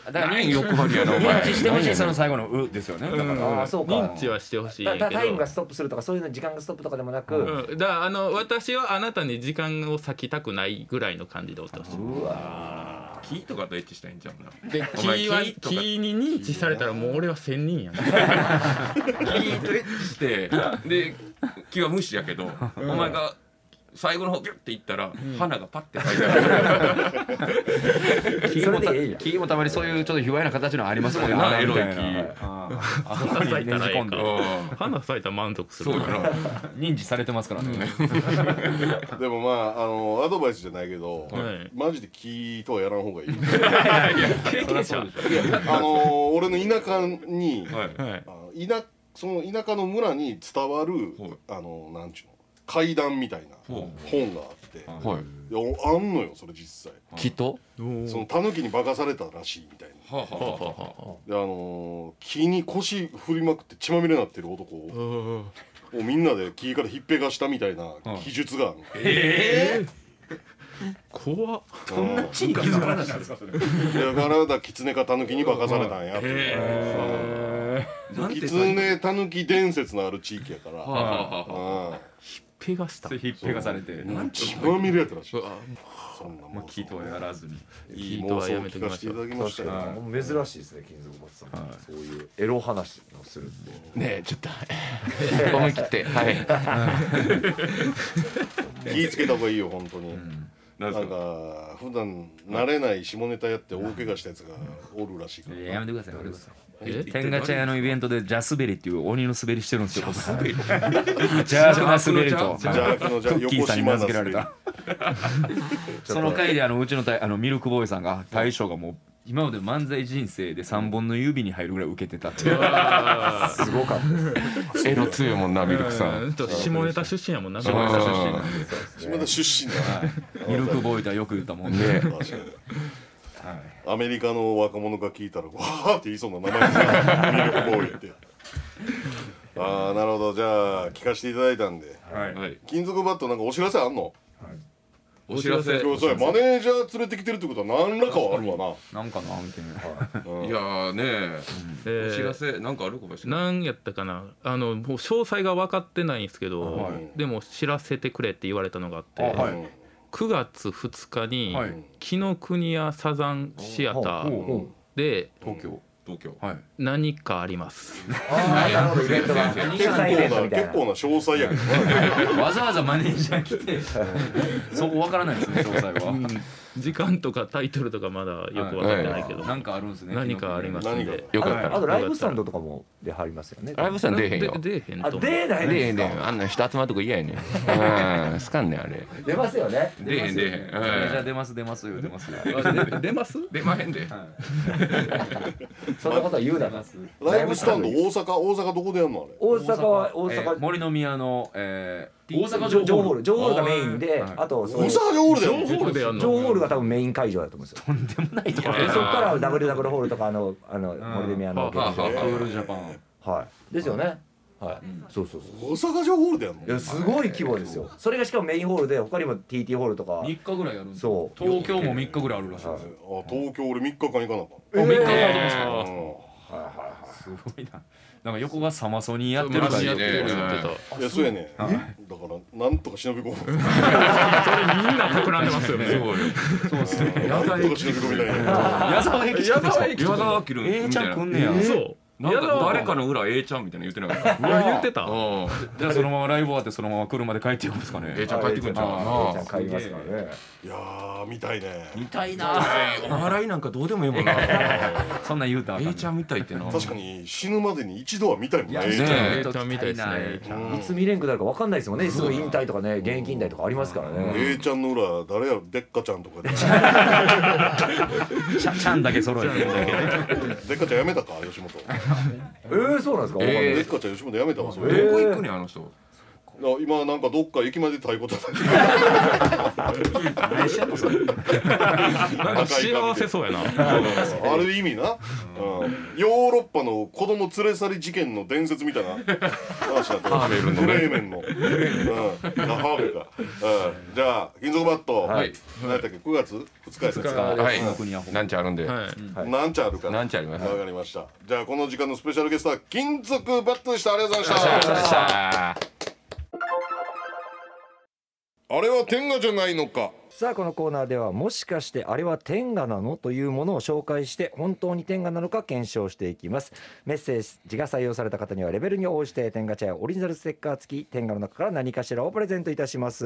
[SPEAKER 5] だから欲張りやなお前
[SPEAKER 4] 認知してほしいその最後の「う」ですよねだから
[SPEAKER 3] ああそうか
[SPEAKER 6] 認知はしてほしい
[SPEAKER 3] だ
[SPEAKER 6] け
[SPEAKER 3] だ
[SPEAKER 6] ど
[SPEAKER 3] タイムがストップするとかそういうの時間がストップとかでもなく、
[SPEAKER 6] うん、だからあの私はあなたに時間を割きたくないぐらいの感じでおってほしい
[SPEAKER 7] キーとかとエッチしたいんちゃうな
[SPEAKER 6] で
[SPEAKER 7] お前
[SPEAKER 6] キーは
[SPEAKER 7] キーと
[SPEAKER 6] キ
[SPEAKER 7] か
[SPEAKER 6] ーに認知されたらもう俺は千人
[SPEAKER 7] <laughs>
[SPEAKER 6] やん
[SPEAKER 7] キーとエッチ <laughs> してでキーは無視やけどお前が最後の方ビュッていったら花がパッて咲いてある
[SPEAKER 4] キーもたキーもたまにそういうちょっと卑猥な形のありますもんね
[SPEAKER 7] なエロい
[SPEAKER 4] みたいなあそこ
[SPEAKER 6] 花
[SPEAKER 4] に
[SPEAKER 6] 咲い
[SPEAKER 4] ね
[SPEAKER 6] た
[SPEAKER 4] じ
[SPEAKER 6] らえ
[SPEAKER 4] 込
[SPEAKER 6] え
[SPEAKER 4] ん
[SPEAKER 6] か
[SPEAKER 4] で
[SPEAKER 6] 花咲いたら満足する
[SPEAKER 7] そうやな
[SPEAKER 4] 認知されてますからね
[SPEAKER 2] でもまああのアドバイスじゃないけど、
[SPEAKER 6] はい
[SPEAKER 2] マジで気とはやらん方がいい
[SPEAKER 6] 経験者
[SPEAKER 2] あの俺の田舎に、
[SPEAKER 7] はい
[SPEAKER 6] はい
[SPEAKER 2] あの田その田舎の村に伝わる、
[SPEAKER 7] はい
[SPEAKER 2] あのなんちゅうの怪談みたいな
[SPEAKER 7] ほ
[SPEAKER 2] 本があって、い
[SPEAKER 5] はい
[SPEAKER 2] やおあんのよそれ実際
[SPEAKER 5] きっと
[SPEAKER 2] その狸に化かされたらしいみたいな
[SPEAKER 7] はあはあはあ
[SPEAKER 2] であのー木に腰振りまくって血まみれになってる男ををみんなで木からひっぺがしたみたいな記述があるの
[SPEAKER 6] 怖っ
[SPEAKER 2] そんな地域の話ですかそれだからだキツネかタヌキに化かされたんやって
[SPEAKER 7] なん
[SPEAKER 2] キ
[SPEAKER 7] て
[SPEAKER 2] ツネタヌキ伝説のある地域やから
[SPEAKER 7] はあはあはあ
[SPEAKER 6] ペガした
[SPEAKER 4] ひっぺがされて
[SPEAKER 2] うん血まみれやったらしいそんなもん
[SPEAKER 4] キーとはやらずに
[SPEAKER 2] いい
[SPEAKER 6] 聞
[SPEAKER 2] 妄
[SPEAKER 6] いては
[SPEAKER 2] 想
[SPEAKER 6] や
[SPEAKER 2] を
[SPEAKER 6] め
[SPEAKER 2] 聞
[SPEAKER 6] とき
[SPEAKER 2] か
[SPEAKER 6] ま
[SPEAKER 2] せて
[SPEAKER 6] し
[SPEAKER 2] い
[SPEAKER 6] ょ
[SPEAKER 2] た
[SPEAKER 6] う
[SPEAKER 2] だきましたよ
[SPEAKER 3] 珍しいですね金属バットさん、そういうエロ話をするって
[SPEAKER 5] ねえちょっと思い切ってはい
[SPEAKER 2] 気ぃつけた方がいいよ本当に、
[SPEAKER 7] なん
[SPEAKER 2] な
[SPEAKER 7] です
[SPEAKER 2] ん
[SPEAKER 7] か
[SPEAKER 2] か普段慣れない下ネタやって大怪我したやつがおるらしいから
[SPEAKER 4] やめてくださいやめてください
[SPEAKER 6] え
[SPEAKER 4] 天下茶屋のイベントでジャスベリっていう鬼の滑りしてるんですよ。ジャークな滑りと。
[SPEAKER 2] 邪悪の邪
[SPEAKER 4] クッキーさんに名付けられ
[SPEAKER 2] 横
[SPEAKER 4] た。その回であのうちのたあのミルクボーイさんが大将がもう今まで漫才人生で三本の指に入るぐらい受けてたっていう。
[SPEAKER 3] すごかったですね
[SPEAKER 5] エロ強いもんなミルクさ
[SPEAKER 6] うんんと下ネタ出身やもんな
[SPEAKER 5] 下ネタ出身
[SPEAKER 7] あ
[SPEAKER 2] 下ネタ出身だ
[SPEAKER 4] ミルクボーイとはよく言ったもんね。
[SPEAKER 5] ね
[SPEAKER 2] 確かにアメリカの若者が聞いたらわーって言いそうな名前ですねミルクボーイってああなるほどじゃあ聞かせていただいたんで
[SPEAKER 7] ーはい
[SPEAKER 2] 金属バットなんかお知らせあんの
[SPEAKER 7] お知らせいや
[SPEAKER 2] 今日それマネージャー連れてきてるってことは何らかはあるわな
[SPEAKER 4] なんかなみたいな。
[SPEAKER 7] ーねえ
[SPEAKER 6] え
[SPEAKER 7] お知ら
[SPEAKER 6] ー
[SPEAKER 7] せなんかある小林君
[SPEAKER 6] 何やったかなあのもう詳細が分かってないんですけど
[SPEAKER 2] い
[SPEAKER 6] でも知らせてくれって言われたのがあって
[SPEAKER 2] うん
[SPEAKER 6] 9月2日に
[SPEAKER 4] はい
[SPEAKER 6] 紀ノ国屋サザンシアターで
[SPEAKER 4] 東京。
[SPEAKER 7] 東京
[SPEAKER 4] はい。
[SPEAKER 6] 何かあります。
[SPEAKER 3] ああなるほどイベントが
[SPEAKER 2] 結構
[SPEAKER 3] イベント
[SPEAKER 2] な
[SPEAKER 3] みたい
[SPEAKER 2] 結
[SPEAKER 3] な
[SPEAKER 2] 構な詳細やけどな
[SPEAKER 4] わざわざマネージャー来て。そこわからないですね詳細は。
[SPEAKER 6] 時間とかタイトルとかまだよく分かってないけど、
[SPEAKER 4] なんかあるんですね。
[SPEAKER 6] 何かありますん
[SPEAKER 2] 何が
[SPEAKER 6] で。
[SPEAKER 5] よかった
[SPEAKER 3] あ
[SPEAKER 5] ら
[SPEAKER 3] とライブスタンドとかもで入りますよね
[SPEAKER 5] ライブさん出えへんよ
[SPEAKER 6] で出えへん
[SPEAKER 3] あ
[SPEAKER 6] と思う。
[SPEAKER 3] 出ないん
[SPEAKER 5] 出えへ
[SPEAKER 3] で
[SPEAKER 5] ん
[SPEAKER 3] す
[SPEAKER 5] で
[SPEAKER 3] か
[SPEAKER 5] あんな人集まるとこ嫌やねんうんすかんねんあれ
[SPEAKER 3] 出ますよね
[SPEAKER 7] 出へん出へん
[SPEAKER 3] ま
[SPEAKER 4] マ
[SPEAKER 3] すよね
[SPEAKER 4] ネージャー
[SPEAKER 7] え
[SPEAKER 4] 出ます出ますよ出 <laughs> ますよ。
[SPEAKER 6] あ出ます？
[SPEAKER 7] え出まへんで
[SPEAKER 3] そんなことは言うな
[SPEAKER 2] ライブスタンド大阪大阪どこでやんのあれ
[SPEAKER 3] 大阪は大
[SPEAKER 4] えー
[SPEAKER 3] 阪
[SPEAKER 4] 森の宮の、えー、大阪
[SPEAKER 3] 城
[SPEAKER 4] 城
[SPEAKER 3] ホ
[SPEAKER 4] ホ
[SPEAKER 3] ー
[SPEAKER 4] ー
[SPEAKER 3] ル
[SPEAKER 4] ル
[SPEAKER 3] 城ホールがメインであとそ
[SPEAKER 2] 大
[SPEAKER 3] の城
[SPEAKER 2] 阪オールだ
[SPEAKER 6] 情
[SPEAKER 2] よ
[SPEAKER 6] 報でやん
[SPEAKER 3] ホール
[SPEAKER 6] の。
[SPEAKER 3] が多分メイン会場だと思うんですよで
[SPEAKER 6] と
[SPEAKER 3] そこからダブルダブルホールとかあのあの森の宮の劇場
[SPEAKER 7] は
[SPEAKER 4] クールジャパン、
[SPEAKER 3] はいですよねはいそうそうそう
[SPEAKER 2] 大阪城ホールでやんの
[SPEAKER 3] いやすごい規模ですよそれがしかもメインホールで他にも TT ホールとか
[SPEAKER 4] 3日ぐらいやるんですよ
[SPEAKER 3] そう
[SPEAKER 4] 東京も3日ぐらいあるらしいですよ
[SPEAKER 2] あ東京俺3日間行かなあかん
[SPEAKER 4] 3日ぐらいあります
[SPEAKER 2] うん
[SPEAKER 4] かすごいななんか横がサマソニーやってるから
[SPEAKER 7] サマソニーやっ
[SPEAKER 6] やって
[SPEAKER 7] る
[SPEAKER 6] てるやってた
[SPEAKER 2] いやそうやねだからなんとか忍び込 <laughs> む
[SPEAKER 6] みんな企んでますよね
[SPEAKER 4] そうです
[SPEAKER 2] <laughs>
[SPEAKER 4] ね
[SPEAKER 2] なんとか忍び込み <laughs> たいな
[SPEAKER 4] 矢沢永吉
[SPEAKER 7] 矢沢永吉
[SPEAKER 4] 矢
[SPEAKER 7] 矢
[SPEAKER 4] 沢
[SPEAKER 7] 沢
[SPEAKER 4] 永
[SPEAKER 7] 永吉
[SPEAKER 4] 吉 A ちゃん来んねや
[SPEAKER 6] そう
[SPEAKER 7] なん
[SPEAKER 6] や
[SPEAKER 7] か
[SPEAKER 6] だわ
[SPEAKER 7] 誰かの裏 A ちゃんみたいなの言ってなかった
[SPEAKER 6] いや言ってた
[SPEAKER 7] うん
[SPEAKER 4] じゃあそのままライブ終わってそのまま車で帰っていくんですかね
[SPEAKER 7] A ちゃん帰ってくんじゃん
[SPEAKER 3] ああちゃん買いますからね
[SPEAKER 2] いやー見たいね
[SPEAKER 7] 見たいなお笑いなんかどうでもいいもんな
[SPEAKER 4] そんなん言うたらあかん
[SPEAKER 7] A ちゃん見たいってな
[SPEAKER 2] 確かに死ぬまでに一度は見たいもんね
[SPEAKER 7] ねえ
[SPEAKER 6] えちゃんみたいですね
[SPEAKER 2] うん
[SPEAKER 3] いつ未練くなるか分かんないですもんねすぐ引退とかね現役引退とかありますからね
[SPEAKER 2] A ちゃんの裏誰やろでっかちゃんとかで
[SPEAKER 4] ちゃんちゃんだけ揃えて
[SPEAKER 2] でっかちゃんやめたか吉本
[SPEAKER 3] えー、そうなんですか、わかんない
[SPEAKER 7] えー
[SPEAKER 2] でっかちゃん吉本やめたわそれ、
[SPEAKER 7] どこ行くねんあの人
[SPEAKER 2] だから今なんかどっか駅まで太鼓叩いて
[SPEAKER 4] 何してんのそれ
[SPEAKER 6] なんか幸せそうやな
[SPEAKER 2] ある意味な、うん、ヨーロッパの子供連れ去り事件の伝説みたいな話だったハーベルの、ブレーメンの、うん、あハーベルか、うん、じゃあ金属バット、
[SPEAKER 7] はい
[SPEAKER 2] 何やったっけ9月2日やったっ
[SPEAKER 7] はい
[SPEAKER 4] この国はほんま
[SPEAKER 5] なんちゃあるんで、
[SPEAKER 6] はい
[SPEAKER 2] けなんちゃあるか
[SPEAKER 5] なんちゃあります
[SPEAKER 2] わかりましたじゃあこの時間のスペシャルゲストは金属バットでしたありがとうございました
[SPEAKER 5] さあ
[SPEAKER 2] あれは天下じゃないのか
[SPEAKER 3] さあこのコーナーではもしかしてあれは天下なのというものを紹介して本当に天下なのか検証していきますメッセージが採用された方にはレベルに応じて天下茶屋オリジナルステッカー付き天下の中から何かしらをプレゼントいたします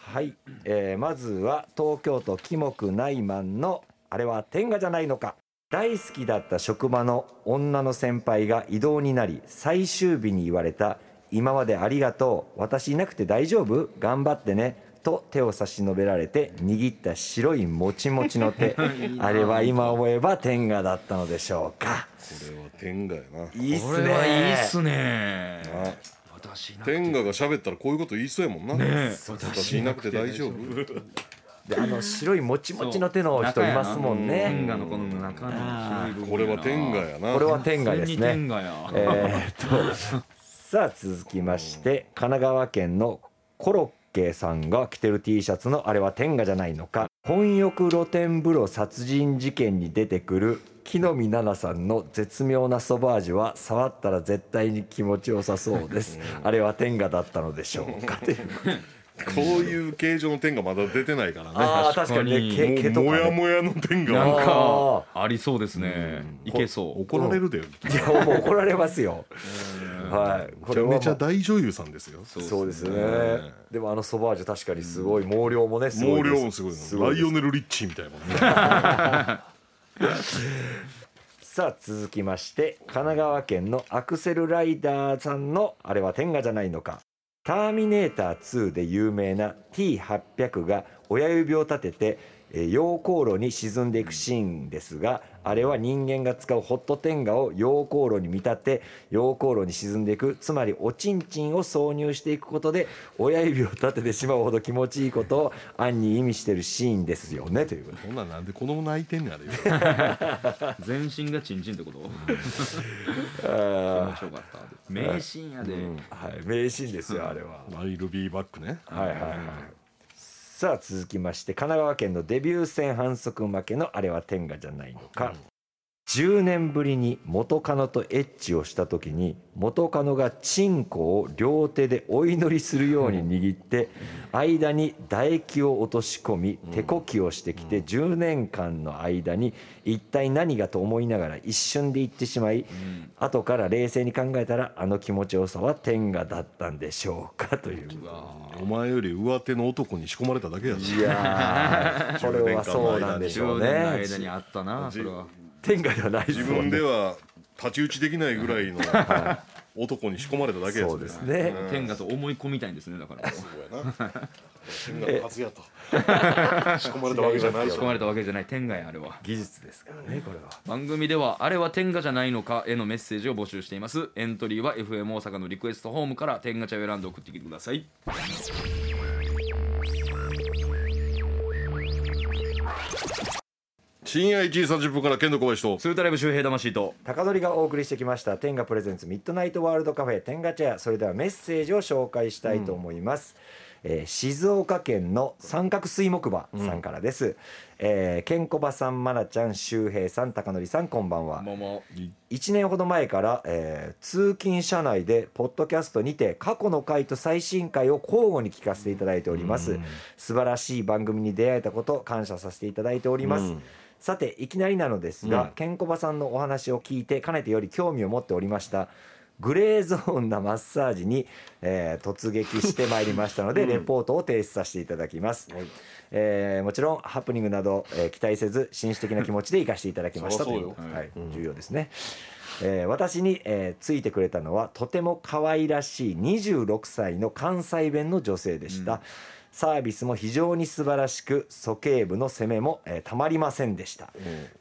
[SPEAKER 3] はい、えーまずは東京都キモクナイマンのあれは天下じゃないのか大好きだった職場の女の先輩が異動になり最終日に言われた「今までありがとう私いなくて大丈夫頑張ってね」と手を差し伸べられて握った白いもちもちの
[SPEAKER 4] <laughs>
[SPEAKER 3] 手あれは今思えば天下だったのでしょうか
[SPEAKER 2] これは天下やない
[SPEAKER 3] いっすね
[SPEAKER 4] これはいいっすね私な
[SPEAKER 2] 天下が喋ったらこういうこと言いそうやもんな、
[SPEAKER 4] ね
[SPEAKER 2] 私いなくて大丈夫
[SPEAKER 3] であの白いもちもちの手の人いますもん
[SPEAKER 4] 天
[SPEAKER 3] ね
[SPEAKER 4] 下のこの中の広い部分
[SPEAKER 2] これは天下やな
[SPEAKER 3] これは天下で
[SPEAKER 4] 普通
[SPEAKER 3] す
[SPEAKER 4] に天
[SPEAKER 3] ね
[SPEAKER 4] 下や
[SPEAKER 3] えーっとさあ続きまして神奈川県のコロッケさんが着てる T シャツのあれは天下じゃないのか混浴露天風呂殺人事件に出てくる木の実奈々さんの絶妙なソバージュは触ったら絶対に気持ちよさそうですあれは天下だったのでしょうか
[SPEAKER 2] こういう形状の天下まだ出てないからね
[SPEAKER 3] あ <laughs> あ確かにね毛毛と
[SPEAKER 2] も
[SPEAKER 3] か
[SPEAKER 2] もや
[SPEAKER 3] ね
[SPEAKER 2] もやの天
[SPEAKER 8] <laughs>
[SPEAKER 2] 下
[SPEAKER 4] なん
[SPEAKER 2] は
[SPEAKER 4] かありそうですねいけそう
[SPEAKER 2] 怒られるでよ
[SPEAKER 3] いやもう怒られますよはい
[SPEAKER 2] め
[SPEAKER 3] こ
[SPEAKER 2] ちゃ
[SPEAKER 3] れはもう
[SPEAKER 2] めちゃ大女優さんですよ
[SPEAKER 3] そうですねでもあのソバージュ確かにすごい毛量もねす
[SPEAKER 2] 毛
[SPEAKER 3] ごいです
[SPEAKER 2] 量もすごい
[SPEAKER 3] す
[SPEAKER 2] の
[SPEAKER 3] ご
[SPEAKER 2] ラ
[SPEAKER 3] いで
[SPEAKER 2] イ
[SPEAKER 3] す
[SPEAKER 2] オネル・リッチーみたいなもんね
[SPEAKER 3] さあ続きまして神奈川県のアクセルライダーさんのあれは天下じゃないのか「ターミネーター2」で有名な T800 が親指を立ててえー溶鉱炉に沈んでいくシーンですがあれは人間が使うホットテンガを溶鉱炉に見立て溶鉱炉に沈んでいくつまりおちんちんを挿入していくことで親指を立ててしまうほど気持ちいいことを暗に意味してるシーンですよねという
[SPEAKER 2] ほんならなんで子供泣いてんねんあ <laughs> れよ
[SPEAKER 4] 全身がチンチンってこと面白かった名シーンやで
[SPEAKER 3] はい名シーンですよあれは。
[SPEAKER 2] アイルビーバックね
[SPEAKER 3] はいはいはい。さあ続きまして神奈川県のデビュー戦反則負けのあれは天下じゃないのか。10年ぶりに元カノとエッチをした時に元カノがチンコを両手でお祈りするように握って間に唾液を落とし込み手こきをしてきて10年間の間に一体何がと思いながら一瞬で言ってしまい後から冷静に考えたらあの気持ちよさは天下だったんでしょうかという。
[SPEAKER 2] お前より上手の男に仕込まれただけやぞ
[SPEAKER 4] <laughs>
[SPEAKER 3] いやーこれはそうなんでし
[SPEAKER 4] 10
[SPEAKER 3] ょう
[SPEAKER 4] 年の
[SPEAKER 3] ね
[SPEAKER 4] 間にあったなそれは
[SPEAKER 3] 天下ではないです
[SPEAKER 2] 自
[SPEAKER 3] も
[SPEAKER 2] 分
[SPEAKER 3] んね
[SPEAKER 2] では太刀打ちできないぐらいの男に仕込まれただけや
[SPEAKER 3] そ
[SPEAKER 2] ぞ
[SPEAKER 3] うですね
[SPEAKER 4] 天下と思い込みたいんですねだから
[SPEAKER 2] そうやな
[SPEAKER 3] <laughs>
[SPEAKER 2] 天下のはずやと仕込まれたわけじゃない
[SPEAKER 4] 仕込まれたわけじゃない天下やあれは
[SPEAKER 3] 技術ですからねこれは
[SPEAKER 4] 番組ではあれは天下じゃないのかへのメッセージを募集していますエントリーは FM 大阪のリクエストホームから天下茶を選んで送ってきてください
[SPEAKER 2] 深夜1時30分から剣道小林と
[SPEAKER 4] スータライブ周平魂と
[SPEAKER 3] 高取がお送りしてきました天下プレゼンツミッドナイトワールドカフェ天下茶屋それではメッセージを紹介したいと思います、えー静岡県の三角水木馬さんからです、えーケンコバさんまなちゃん周平さん高則さんこんばんは1年ほど前から、えー通勤車内でポッドキャストにて過去の回と最新回を交互に聞かせていただいております素晴らしい番組に出会えたこと感謝させていただいております、さていきなりなのですが、ケンコバさんのお話を聞いてかねてより興味を持っておりましたグレーゾーンなマッサージに、えー突撃してまいりましたので、レポートを提出させていただきます、えーもちろんハプニングなど、えー期待せず紳士的な気持ちで生かしていただきましたというはい、重要ですね、えー私に、えーついてくれたのはとても可愛らしい26歳の関西弁の女性でした、サービスも非常に素晴らしく鼠径部の攻めも、えーたまりませんでした、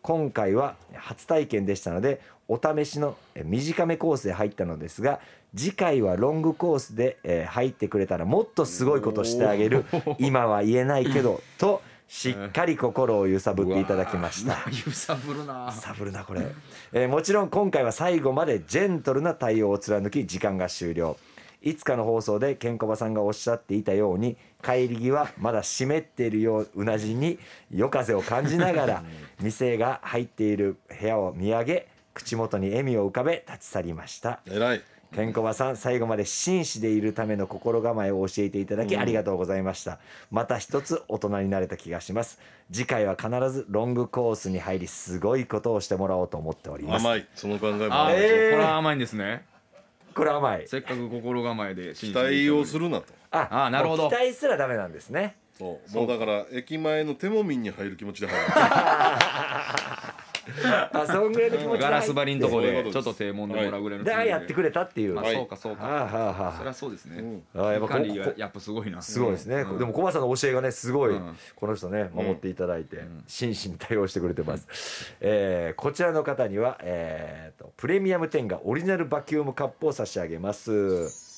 [SPEAKER 3] 今回は初体験でしたのでお試しのえー短めコースで入ったのですが次回はロングコースで、えー入ってくれたらもっとすごいことしてあげる今は言えないけどとしっかり心を揺さぶっていただきました
[SPEAKER 4] 揺さぶるな
[SPEAKER 3] サブルなこれ、えーもちろん今回は最後までジェントルな対応を貫き時間が終了いつかの放送でケンコバさんがおっしゃっていたように帰り際まだ湿っているよううなじに夜風を感じながら店が入っている部屋を見上げ口元に笑みを浮かべ立ち去りました
[SPEAKER 2] 偉い
[SPEAKER 3] ケンコバさん最後まで紳士でいるための心構えを教えていただきありがとうございました、また一つ大人になれた気がします次回は必ずロングコースに入りすごいことをしてもらおうと思っております
[SPEAKER 2] 甘いその考えも
[SPEAKER 8] あ
[SPEAKER 2] あ
[SPEAKER 8] あ、
[SPEAKER 2] る
[SPEAKER 3] えー
[SPEAKER 8] これは甘いんですね
[SPEAKER 3] これ甘い
[SPEAKER 8] せっかく心構えで期
[SPEAKER 2] 期待をするなと
[SPEAKER 3] あ
[SPEAKER 8] あーなるほど
[SPEAKER 3] もう期待すらダメなんで
[SPEAKER 8] <laughs>
[SPEAKER 3] すね
[SPEAKER 2] そうもうだから駅前の手もみんに入る気持ちで入る
[SPEAKER 3] あそんぐらいの気持ちで入って
[SPEAKER 8] ガラス張りのとこ
[SPEAKER 2] そういうこ
[SPEAKER 8] で
[SPEAKER 2] と
[SPEAKER 8] ち
[SPEAKER 2] で
[SPEAKER 8] ょ
[SPEAKER 2] す
[SPEAKER 8] っと手もんでもらうぐらいの
[SPEAKER 3] だからやってくれたっていう、
[SPEAKER 8] まあ
[SPEAKER 2] はい
[SPEAKER 8] そうかそう
[SPEAKER 3] はあ
[SPEAKER 8] か
[SPEAKER 3] はあは
[SPEAKER 8] そりゃそうですね
[SPEAKER 3] ああやっぱこ
[SPEAKER 8] 管理が
[SPEAKER 3] こ
[SPEAKER 8] やっぱすごいな
[SPEAKER 3] すごいですね、
[SPEAKER 8] うん
[SPEAKER 3] でもコバさんの教えがねすごい、
[SPEAKER 8] うん
[SPEAKER 3] この人ね守っていただいて、真摯に対応してくれてます、えーこちらの方には、えーとプレミアム10がオリジナルバキュームカップを差し上げます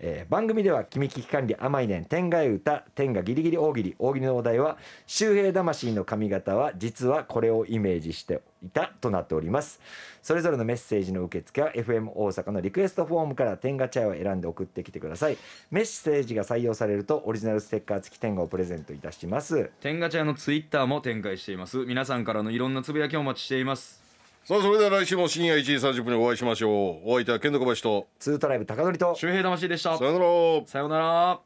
[SPEAKER 3] えー番組では「君危機管理甘いねん天外歌天がギリギリ大喜利」大喜利のお題は「周平魂の髪型は実はこれをイメージしていた」となっておりますそれぞれのメッセージの受付は FM 大阪のリクエストフォームから天が茶屋を選んで送ってきてくださいメッセージが採用されるとオリジナルステッカー付き天がをプレゼントいたします
[SPEAKER 8] 天ガチャのツイッターも展開しています皆さんからのいろんなつぶやきをお待ちしています
[SPEAKER 2] さあそれでは来週も深夜1時30分にお会いしましょうお相手は剣道小林と
[SPEAKER 3] ツートライブ高典と
[SPEAKER 8] 周平魂でした
[SPEAKER 2] さよなら
[SPEAKER 8] さようなら